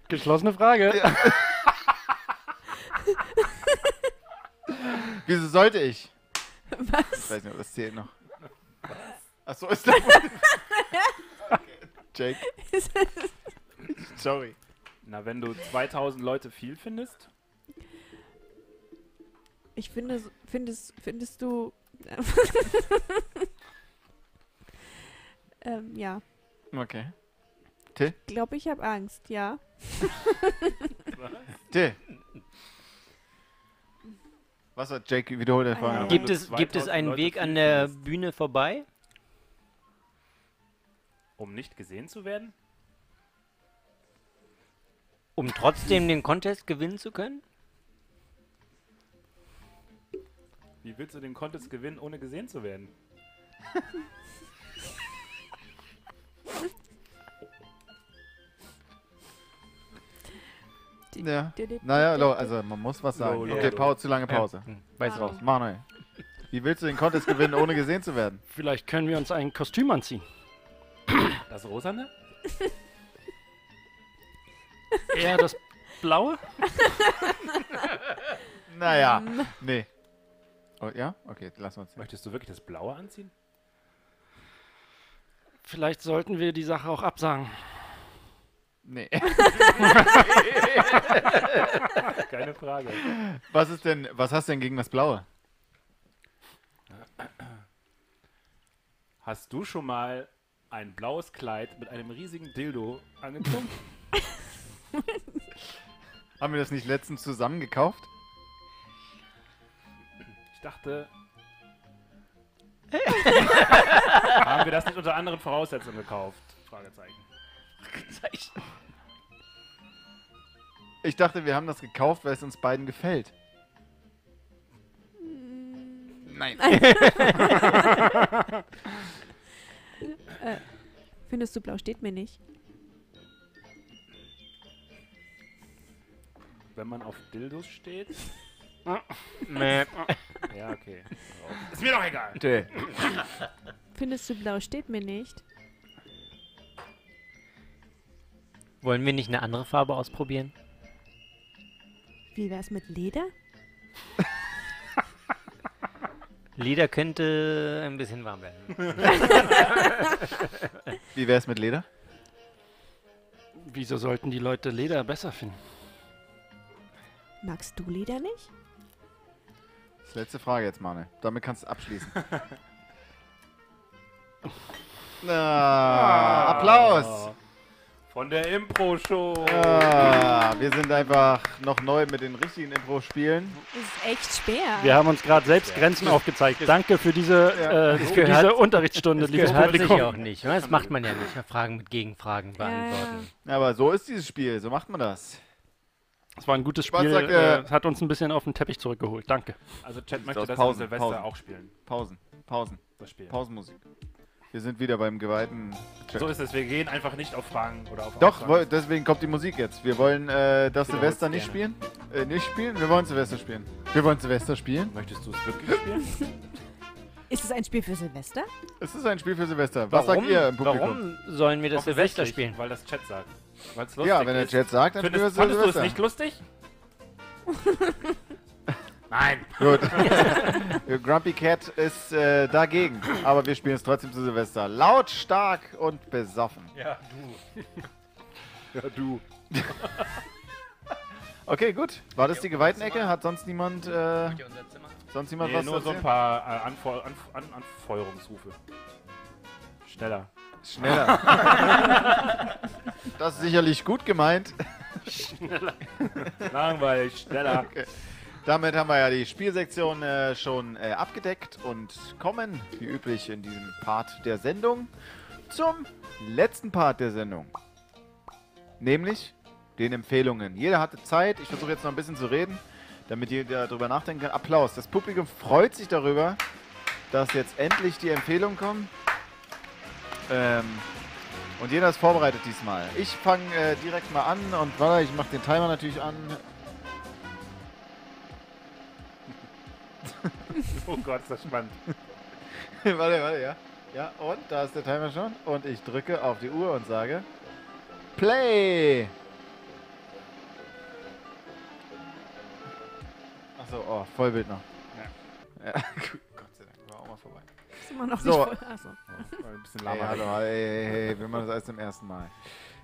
S4: Geschlossene Frage.
S3: Wieso sollte ich? Ich
S2: Was?
S3: weiß nicht, ob das zählt noch. Achso, ist der. okay. Jake. Sorry.
S1: Na, wenn du 2000 Leute viel findest,
S2: Ich finde, so- findest, findest du. ähm, ja.
S3: Okay.
S2: Glaube ich, habe Angst, ja.
S3: Till. Was hat Jake? Wiederholt der Frage.
S2: Eine-
S3: nochmal.
S6: Gibt es, gibt es
S1: 2000
S6: einen
S1: Leute
S6: Weg an
S1: fliegen
S6: der
S1: lässt.
S6: Bühne vorbei?
S1: um nicht gesehen zu werden?
S6: Um trotzdem den Contest gewinnen zu können?
S1: Wie willst du den Contest gewinnen, ohne gesehen zu werden?
S3: Ja. Naja, lo, also man muss was sagen.
S1: Lo, lo,
S3: okay,
S1: lo.
S3: Pause, zu lange Pause.
S6: Weiß raus.
S3: Manuel, wie willst du den Contest gewinnen, ohne gesehen zu werden?
S4: Vielleicht können wir uns ein Kostüm anziehen.
S1: Das Rosane?
S4: Eher das Blaue?
S3: Naja, nee. Oh, ja? Okay, lassen wir uns.
S1: Möchtest du wirklich das Blaue anziehen?
S4: Vielleicht sollten wir die Sache auch absagen.
S3: Nee.
S1: Keine Frage.
S3: Was ist denn, was hast du denn gegen das Blaue?
S1: Hast du schon mal ein blaues Kleid mit einem riesigen Dildo angezogen?
S3: Haben wir das nicht letztens zusammen gekauft?
S1: Ich dachte. haben wir das nicht unter anderen Voraussetzungen gekauft? Fragezeichen.
S3: Ich dachte, wir haben das gekauft, weil es uns beiden gefällt. Nein.
S2: Findest du blau steht mir nicht.
S1: Wenn man auf Dildos steht?
S4: Nee.
S1: Ja, okay. Ist mir doch egal.
S2: Findest du blau steht mir nicht.
S6: Wollen wir nicht eine andere Farbe ausprobieren?
S2: Wie wär's mit Leder?
S6: Leder könnte ein bisschen warm werden.
S3: Wie wär's mit Leder?
S4: Wieso sollten die Leute Leder besser finden?
S2: Magst du Leder nicht?
S3: Das ist die letzte Frage jetzt, Manuel. Damit kannst du abschließen. ah, Applaus!
S1: Von der Impro-Show.
S3: Ah, wir sind einfach noch neu mit den richtigen Impro-Spielen.
S2: Das ist echt schwer.
S4: Wir haben uns gerade selbst Grenzen aufgezeigt. Danke für diese, äh,
S6: Es
S4: für
S6: gehört-
S4: diese Unterrichtsstunde, liebes
S6: Gehört sich
S4: Publikum.
S6: auch nicht. Oder? Das macht man ja nicht. ne? Fragen mit Gegenfragen beantworten.
S3: Aber so ist dieses Spiel, so macht man das.
S4: Es war ein gutes
S3: Was
S4: Spiel.
S3: sagt, äh,
S4: äh, es hat uns ein bisschen auf den Teppich zurückgeholt. Danke.
S1: Also Chat möchte
S3: aus
S1: das
S3: Pausen,
S1: Pausen, Silvester
S3: Pausen.
S1: auch spielen.
S3: Pausen, Pausen,
S1: Das Spiel.
S3: Pausenmusik. Wir sind wieder beim geweihten.
S1: So ist es. Wir gehen einfach nicht auf Fragen oder auf
S3: Doch,
S1: Aussagen.
S3: woll- deswegen kommt die Musik jetzt. Wir wollen äh, das
S1: Genau,
S3: Silvester nicht spielen. Äh, nicht spielen? Wir wollen Silvester spielen. Wir wollen Silvester spielen.
S1: Möchtest du es wirklich spielen?
S2: Ist es ein Spiel für Silvester?
S3: Es ist ein Spiel für Silvester. Was sagt ihr im Publikum?
S6: warum sollen wir das Silvester
S1: Offensichtlich,
S6: spielen?
S1: Weil das Chat sagt. Weil es lustig
S3: Ja, wenn der
S1: ist.
S3: Chat sagt, dann spielen wir
S1: Findest, fandest du es
S3: Silvester.
S1: nicht lustig? Nein.
S3: Gut. Grumpy Cat ist äh, dagegen, aber wir spielen es trotzdem zu Silvester. Laut, stark und besoffen.
S1: Ja, du. Ja, du.
S3: Okay, gut. War das die Geweihtenecke? Hat sonst niemand, äh, sonst niemand
S1: Nee,
S3: was
S1: nur
S3: zu
S1: so ein
S3: erzählen?
S1: paar äh, Anfeu Anf An Anfeuerungsrufe. Schneller.
S3: Schneller. das ist sicherlich gut gemeint.
S1: Langweilig, schneller.
S3: Damit haben wir ja die Spielsektion äh, schon äh, abgedeckt und kommen, wie üblich, in diesem Part der Sendung zum letzten Part der Sendung. Nämlich den Empfehlungen. Jeder hatte Zeit. Ich versuche jetzt noch ein bisschen zu reden, damit jeder darüber nachdenken kann. Applaus. Das Publikum freut sich darüber, dass jetzt endlich die Empfehlungen kommen. Ähm, und jeder ist vorbereitet diesmal. Ich fange äh, direkt mal an und warte, ich mache den Timer natürlich an.
S1: Oh Gott, ist das spannend.
S3: warte, warte, ja. Ja, und da ist der Timer schon. Und ich drücke auf die Uhr und sage: Play! Achso, oh, Vollbild noch. Ja. gut, Gott sei Dank, war auch mal vorbei.
S2: Ist immer noch
S3: So.
S2: nicht voll. Achso.
S1: Ein bisschen
S3: Hey,
S1: lahmer.
S3: hallo, hey, hey, hey, wir machen das alles zum ersten Mal.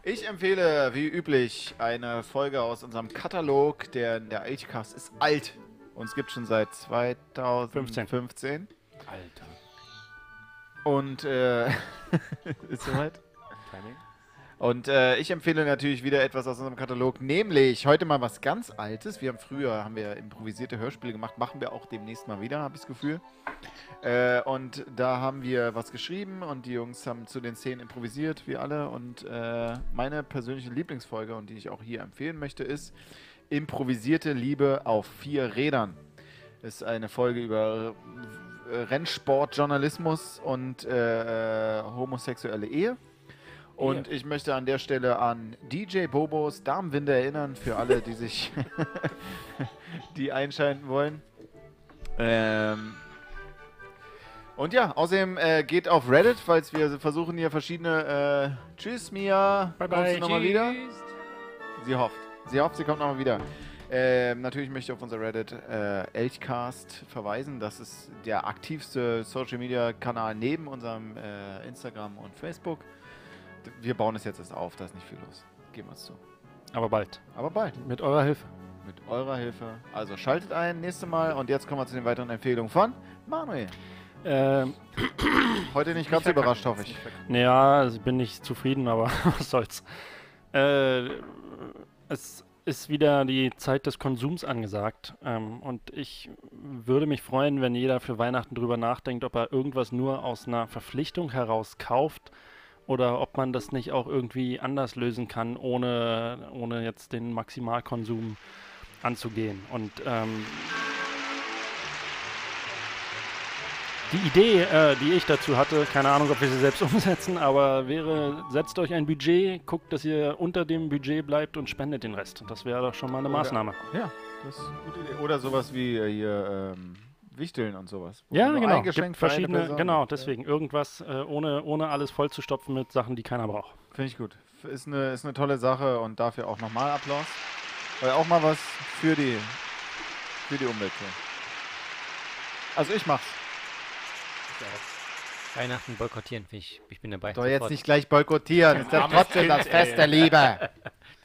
S3: Ich empfehle, wie üblich, eine Folge aus unserem Katalog, der der Agecast ist alt. Uns gibt schon seit 2015.
S1: Alter.
S3: Und äh, ist soweit.
S1: Timing?
S3: Und äh, ich empfehle natürlich wieder etwas aus unserem Katalog, nämlich heute mal was ganz Altes. Wir haben früher haben wir improvisierte Hörspiele gemacht, machen wir auch demnächst mal wieder, habe ich das Gefühl. Äh, und da haben wir was geschrieben und die Jungs haben zu den Szenen improvisiert, wie alle. Und äh, meine persönliche Lieblingsfolge und die ich auch hier empfehlen möchte, ist Improvisierte Liebe auf vier Rädern. Ist eine Folge über äh, Rennsport, Journalismus und äh, äh, homosexuelle Ehe. Und ich möchte an der Stelle an DJ Bobos Darmwinde erinnern, für alle, die sich die einschalten wollen. Ähm. Und ja, außerdem äh, geht auf Reddit, falls wir versuchen hier verschiedene. Äh, tschüss, Mia. Kommst du nochmal wieder? Sie hofft. Sie hofft, sie kommt nochmal wieder. Ähm, natürlich möchte ich auf unser Reddit äh, Elchcast verweisen. Das ist der aktivste Social Media Kanal neben unserem äh, Instagram und Facebook. D- Wir bauen es jetzt erst auf, da ist nicht viel los. Geben wir es zu.
S4: Aber bald.
S3: Aber bald,
S4: Mit eurer Hilfe.
S3: mit eurer Hilfe. Also schaltet ein, nächste Mal. Und jetzt kommen wir zu den weiteren Empfehlungen von Manuel.
S4: Ähm,
S3: Heute nicht ganz überrascht, hoffe ich.
S4: naja, also ich bin nicht zufrieden, aber was soll's. Äh, es ist wieder die Zeit des Konsums angesagt. Ähm, und ich würde mich freuen, wenn jeder für Weihnachten drüber nachdenkt, ob er irgendwas nur aus einer Verpflichtung heraus kauft oder ob man das nicht auch irgendwie anders lösen kann, ohne, ohne jetzt den Maximalkonsum anzugehen. Und ähm, die Idee, äh, die ich dazu hatte, keine Ahnung, ob wir sie selbst umsetzen, aber wäre, setzt euch ein Budget, guckt, dass ihr unter dem Budget bleibt und spendet den Rest. Das wäre doch schon mal eine
S3: Oder-
S4: Maßnahme.
S3: Ja, das ist eine gute Idee. Oder sowas wie äh, hier ähm, Wichteln und sowas. Wo
S4: Ja,
S3: nur
S4: genau.
S3: ein Geschenk
S4: Gibt
S3: für eine
S4: verschiedene,
S3: Person.
S4: genau, deswegen irgendwas, äh, ohne, ohne alles vollzustopfen mit Sachen, die keiner braucht.
S3: Finde ich gut. F- Ist eine, ist eine tolle Sache und dafür auch nochmal Applaus. Weil auch mal was für die, für die Umwelt tun. Also ich mach's.
S6: Weihnachten boykottieren, finde ich, ich bin dabei.
S3: Doch jetzt
S6: sofort.
S3: nicht gleich boykottieren. Ist doch
S1: Armes
S3: trotzdem
S1: Kind,
S3: das
S1: ey.
S3: Fest der Liebe.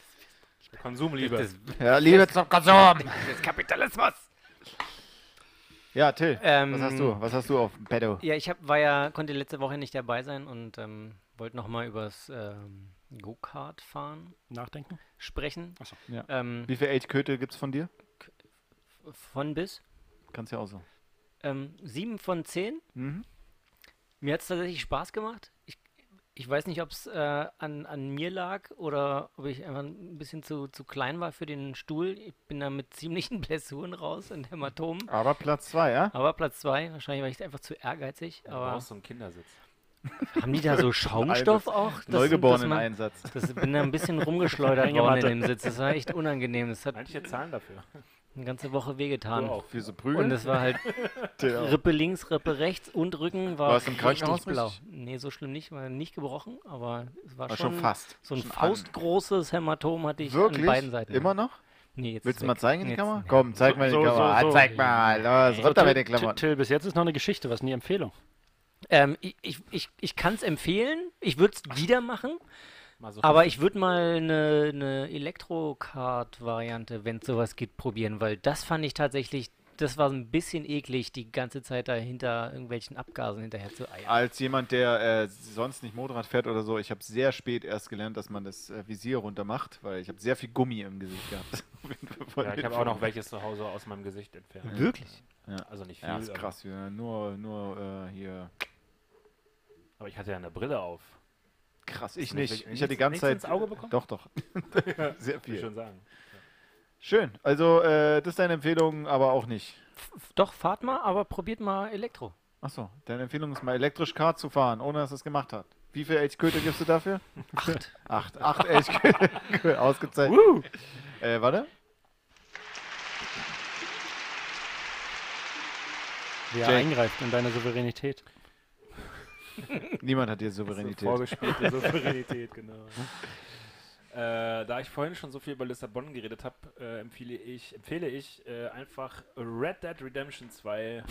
S1: Konsumliebe.
S3: Ja, Liebe zum Konsum.
S6: Das ist Kapitalismus!
S3: Ja, Till.
S6: Ähm,
S3: was hast du? Was hast du auf dem Pedo?
S6: Ja, ich hab, war ja, konnte letzte Woche nicht dabei sein und ähm, wollte nochmal übers ähm, Go-Kart fahren
S4: Nachdenken?
S6: sprechen.
S4: Ach so,
S3: ja.
S6: Ähm,
S3: Wie viel Elchköte gibt's von dir?
S6: von bis.
S3: Kannst ja auch so.
S6: Ähm, sieben von zehn.
S3: Mhm.
S6: Mir hat es tatsächlich Spaß gemacht. Ich, ich weiß nicht, ob es äh, an, an mir lag oder ob ich einfach ein bisschen zu, zu klein war für den Stuhl. Ich bin da mit ziemlichen Blessuren raus und Hämatomen.
S3: Aber Platz zwei, ja?
S6: Aber Platz zwei, wahrscheinlich war ich einfach zu ehrgeizig.
S1: Du
S6: Aber
S1: brauchst so einen Kindersitz.
S6: haben die da so Schaumstoff auch? dass- dass man-
S3: Einsatz.
S6: Das bin da ein bisschen rumgeschleudert worden in dem Sitz. Das war echt unangenehm. Das hat
S1: Manche zahlen dafür.
S6: eine ganze Woche wehgetan.
S3: Für so
S6: Und
S3: Prügel.
S6: es war halt
S3: Till auch.
S6: Rippe links, Rippe rechts und Rücken war
S3: Warst du im Krankenhaus
S6: richtig blau.
S3: richtig?
S6: Nee, so schlimm nicht, war nicht gebrochen, aber es war,
S3: War schon fast.
S6: so ein
S3: Schon an.
S6: faustgroßes Hämatom hatte ich
S3: Wirklich?
S6: an beiden Seiten.
S3: Immer noch?
S6: Nee, jetzt
S3: Willst
S6: ist
S3: du mal
S6: weg.
S3: zeigen in die
S6: Jetzt-
S3: Kamera?
S6: nee.
S3: Komm, zeig mal in die
S4: So, so,
S3: Kamera. Ah,
S4: so.
S3: Zeig mal. Los, runter mit den
S4: Till-
S3: Klamotten.
S4: Till, bis jetzt ist noch eine Geschichte, was ist denn die Empfehlung?
S6: Ähm, ich ich, ich, ich kann es empfehlen, ich würde es wieder machen,
S1: Mal so
S6: aber ich würde mal eine ne, Elektrocard-Variante, wenn es sowas gibt, probieren, weil das fand ich tatsächlich, das war so ein bisschen eklig, die ganze Zeit dahinter irgendwelchen Abgasen hinterher zu eiern.
S3: Als jemand, der äh, sonst nicht Motorrad fährt oder so, ich habe sehr spät erst gelernt, dass man das äh, Visier runter macht, weil ich habe sehr viel Gummi im Gesicht gehabt. Auf jeden Fall von
S1: Ja, ich
S3: den
S1: habe auch noch
S3: Vögeln.
S1: welches zu Hause aus meinem Gesicht entfernt.
S6: Wirklich?
S1: Also nicht viel.
S3: Ja, ist
S1: aber-
S3: krass. Ja, nur nur äh, hier.
S1: Aber ich hatte ja eine Brille auf.
S3: Krass, ich
S1: Ist
S3: nicht.
S1: wirklich-
S3: Ich hatte die
S1: nichts-
S3: ganze
S1: nichts
S3: Zeit.
S1: ins Auge bekommen?
S3: Doch, doch. sehr
S1: Will ich
S3: viel.
S1: schon sagen.
S3: Schön. Also, äh, das ist deine Empfehlung, aber auch nicht.
S6: F- f- Doch, fahrt mal, aber probiert mal Elektro.
S3: Achso, deine Empfehlung ist mal elektrisch Kart zu fahren, ohne dass es gemacht hat. Wie viel Elchköte gibst du dafür?
S6: Acht.
S3: Acht. Acht Elchköte. Ausgezeichnet. Äh, warte.
S4: Wer
S3: Jake.
S4: eingreift in deine Souveränität?
S3: Niemand hat dir Souveränität.
S1: vorgespielte Souveränität, genau. Äh, da ich vorhin schon so viel über Lissabon geredet habe, äh, empfehle ich, empfehle ich äh, einfach Red Dead Redemption 2.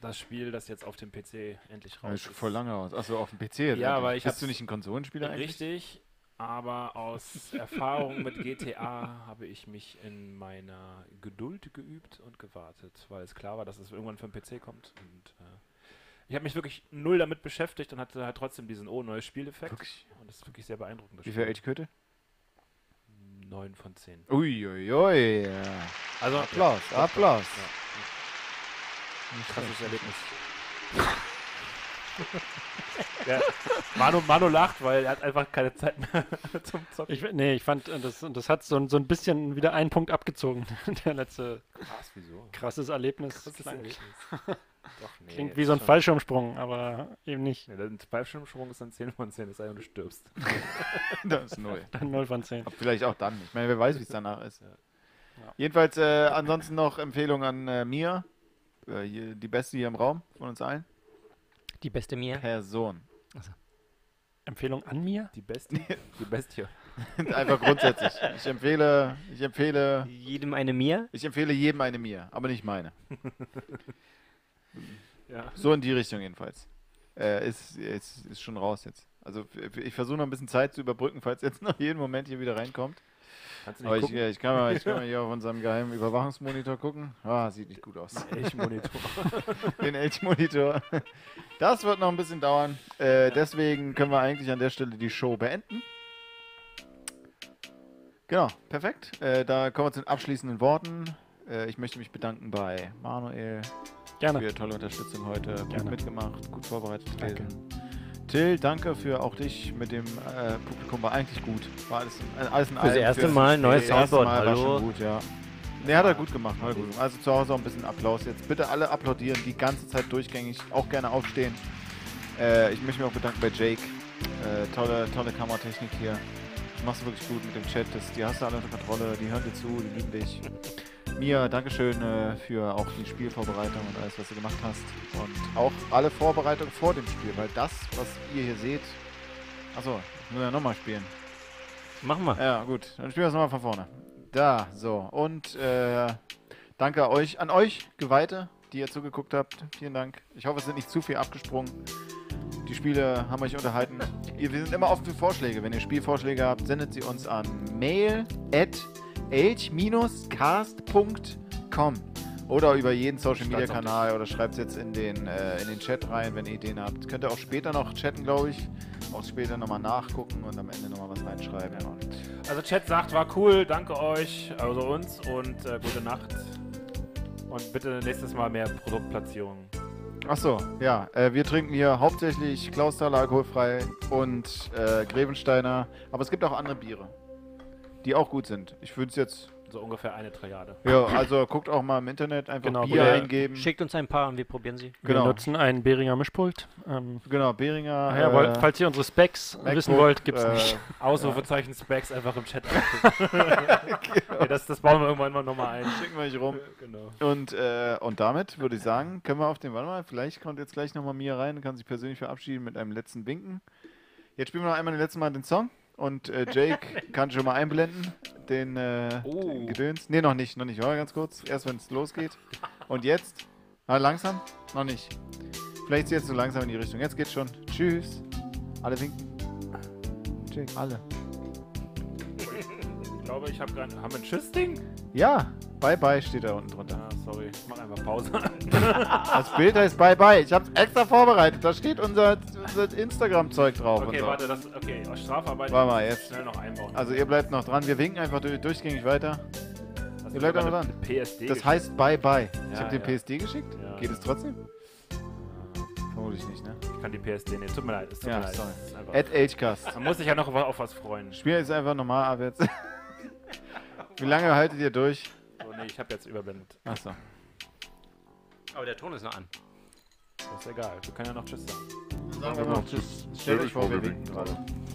S1: Das Spiel, das jetzt auf dem PC endlich
S3: Ja,
S1: raus
S3: ist
S1: ist.
S3: Äh, schon voll lange aus. Achso, auf dem PC. jetzt
S1: Ja,
S3: eigentlich.
S1: aber ich
S3: Bist
S1: hab's-
S3: du nicht ein Konsolenspieler eigentlich?
S1: Richtig, aber aus Erfahrung mit GTA habe ich mich in meiner Geduld geübt und gewartet, weil es klar war, dass es irgendwann für den PC kommt. Und, äh, ich habe mich wirklich null damit beschäftigt und hatte halt trotzdem diesen oh neues Spieleffekt.
S3: Wirklich?
S1: Und das ist wirklich sehr beeindruckend. das
S3: Wie viel
S1: Spiel.
S3: Elchköte?
S1: 9 von 10.
S3: Uiuiui.
S1: Also
S3: Applaus, Applaus.
S1: krasses Erlebnis. ja, Manu, Manu lacht, weil er hat einfach keine Zeit mehr zum Zocken.
S4: Ich, nee, ich fand, äh, das, das hat so, ein- so ein bisschen wieder einen Punkt abgezogen. Der letzte
S1: Krass, wieso?
S4: krasses Erlebnis.
S1: Krasses
S4: Klang-
S1: Erlebnis. Doch, nee,
S4: Klingt
S1: das
S4: wie
S1: ist
S4: so ein
S1: schon-
S4: Fallschirmsprung, aber eben nicht.
S1: Ja, ein Fallschirmsprung ist dann 10 von 10, es sei denn, du stirbst.
S3: Das ist null.
S4: Dann 0 von 10.
S3: Aber vielleicht auch dann. Ich meine, wer weiß, wie es danach ist.
S1: Ja.
S4: Ja.
S3: Jedenfalls, äh, ansonsten noch Empfehlung an äh, mir. Äh, hier, die beste hier im Raum von uns allen.
S6: Die beste mir.
S3: Person.
S4: Empfehlung an mir?
S1: Die Bestie? Die Bestie.
S3: Einfach grundsätzlich. Ich empfehle, ich empfehle,
S6: Jedem eine mir.
S3: ich empfehle jedem eine mir, aber nicht meine.
S1: Ja.
S3: So in die Richtung jedenfalls. Äh, ist, ist, ist schon raus jetzt. Also f- ich versuche noch ein bisschen Zeit zu überbrücken, falls jetzt noch jeden Moment hier wieder reinkommt.
S1: Kannst du
S3: Aber
S1: nicht
S3: ich, äh,
S1: gucken?
S3: ich, kann mal, ich kann mal hier auf unserem geheimen Überwachungsmonitor gucken. Ah, sieht nicht gut aus.
S1: Ich monitor.
S3: Den Elchmonitor. Das wird noch ein bisschen dauern. Äh, Deswegen können wir eigentlich an der Stelle die Show beenden. Genau, perfekt. Äh, da kommen wir zu den abschließenden Worten. Äh, ich möchte mich bedanken bei Manuel
S4: Gerne.
S3: für tolle Unterstützung heute. Gut
S4: Gerne.
S3: mitgemacht, gut vorbereitet
S4: Danke.
S3: gewesen. Till, danke für auch dich mit dem äh, Publikum. War eigentlich gut. War alles, in- äh, alles in allem
S6: erste Mal ein neues
S3: das erste
S6: Soundboard.
S3: Mal War
S6: Hallo.
S3: schon gut, ja. Nee, hat er gut gemacht. Hat er
S4: Mhm.
S3: gut gemacht. Also zu Hause auch ein bisschen Applaus jetzt. Bitte alle applaudieren, die ganze Zeit durchgängig. Auch gerne aufstehen. Äh, ich möchte mich auch bedanken bei Jake. Äh, tolle, tolle Kameratechnik hier. Du machst wirklich gut mit dem Chat. Das, die hast du alle unter Kontrolle. Die hören dir zu, die lieben dich. Mia, Dankeschön äh, für auch die Spielvorbereitung und alles, was du gemacht hast. Und auch alle Vorbereitungen vor dem Spiel, weil das, was ihr hier seht. Achso, müssen wir ja nochmal spielen.
S6: Machen wir.
S3: Ja, gut. Dann spielen wir es nochmal von vorne. Da, so. Und äh, danke euch, an euch, Geweihte, die ihr zugeguckt habt. Vielen Dank. Ich hoffe, es sind nicht zu viel abgesprungen. Die Spiele haben euch unterhalten. Ihr, wir sind immer offen für Vorschläge. Wenn ihr Spielvorschläge habt, sendet sie uns an mail at castcom oder über jeden Social Media Kanal oder schreibt es jetzt in den, äh, in den Chat rein, wenn ihr Ideen habt. Könnt ihr auch später noch chatten, glaube ich. Auch später nochmal nachgucken und am Ende nochmal was reinschreiben. Und
S1: Also Chat sagt, war cool, danke euch, also uns und äh, gute Nacht. Und bitte nächstes Mal mehr Produktplatzierung.
S3: Achso, ja. Äh, wir trinken hier hauptsächlich Klausthaler alkoholfrei und äh, Grevensteiner. Aber es gibt auch andere Biere, die auch gut sind. Ich würde es jetzt.
S1: So ungefähr eine Triade.
S3: Ja, also guckt auch mal im Internet einfach
S4: Genau,
S3: Bier
S4: wir-
S3: eingeben.
S6: Schickt uns ein paar und wir probieren sie.
S3: Genau.
S4: Wir nutzen ein Beringer Mischpult. Ähm,
S3: Genau, Beringer.
S4: ja,
S3: äh,
S4: weil, falls ihr unsere Specs wissen
S3: MacBook,
S4: wollt, gibt's
S3: äh,
S4: nicht.
S1: Ausrufezeichen Specs einfach im Chat.
S3: Genau.
S1: ja, das, das bauen wir irgendwann mal nochmal ein.
S3: Schicken wir euch rum.
S1: Genau.
S3: Und, äh, und damit würde ich sagen, können wir auf den. Warte mal, vielleicht kommt jetzt gleich nochmal Mia rein und kann sich persönlich verabschieden mit einem letzten Winken. Jetzt spielen wir noch einmal den letzten Mal den Song. Und äh, Jake kann schon mal einblenden. Den, äh, den Gedöns. Nee, noch nicht, noch nicht. Warte ganz kurz. Erst wenn es losgeht. Und jetzt? Na, langsam? Noch nicht. Vielleicht ist jetzt so langsam in die Richtung. Jetzt geht's schon. Tschüss. Alle winken. Jake, alle.
S1: Ich glaube, ich habe gerade. Haben wir ein Tschüss-Ding?
S3: Ja, bye bye steht da unten drunter.
S1: Ah, sorry. Ich mach einfach Pause.
S3: Das Bild heißt Bye Bye. Ich hab's extra vorbereitet. Da steht unser, unser Instagram-Zeug drauf. und
S1: Okay,
S3: so.
S1: warte, das. Okay, aus Strafarbeit.
S3: Warte mal, jetzt.
S1: Schnell noch einbauen.
S3: Also ihr bleibt noch dran. Wir winken einfach durch, durchgängig weiter.
S1: das
S3: ihr
S1: ist
S3: bleibt
S1: aber
S3: aber
S1: eine-
S3: dran.
S1: eine PSD.
S3: Das heißt Bye Bye. Ich
S1: Ja,
S3: hab den
S1: ja.
S3: PSD geschickt.
S1: Ja.
S3: Geht es trotzdem? Vermutlich nicht, ne?
S1: Ich kann die PSD nicht. Tut mir leid. Es tut
S3: Ja,
S1: mir leid.
S3: sorry.
S1: Ist einfach-
S3: At Agecast.
S1: Man muss sich ja noch auf was freuen.
S3: Spiel jetzt einfach normal ab jetzt. Wie lange haltet ihr durch?
S1: So, nee, ich habe jetzt überblendet.
S3: Achso.
S6: Aber der Ton ist noch an.
S1: Das ist egal. Wir können ja noch Tschüss sagen.
S3: Sagen wir mal Tschüss. Genau. Stell dich vor, wir winken gerade.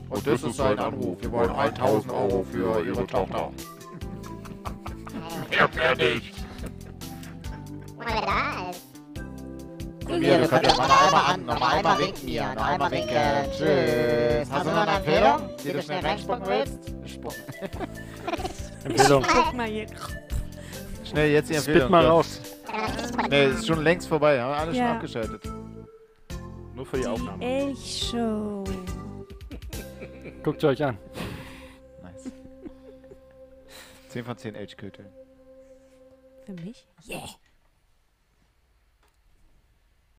S3: Und das ist
S8: sein
S3: ein Anruf. Wir wollen 1000 Euro für Ihre Tochter.
S9: Machen wir da ist.
S3: Hier, wir können jetzt mal noch einmal an,
S8: noch einmal winken hier, noch einmal winken. Tschüss. Hast du noch eine Empfehlung, die du schnell reinspucken willst?
S3: Spucken.
S4: Empfehlung.
S2: Guck mal hier.
S3: Schnell jetzt die Empfehlung.
S4: Spit mal
S3: Ja.
S4: raus.
S3: Nee, ist schon längst vorbei. Haben alle
S2: Ja.
S3: schon abgeschaltet.
S1: Nur für die,
S2: Die
S1: Aufnahme.
S2: Elchshow.
S4: Guckt euch an.
S3: Nice. 10 von 10 Elchköteln.
S2: Für mich? Yeah.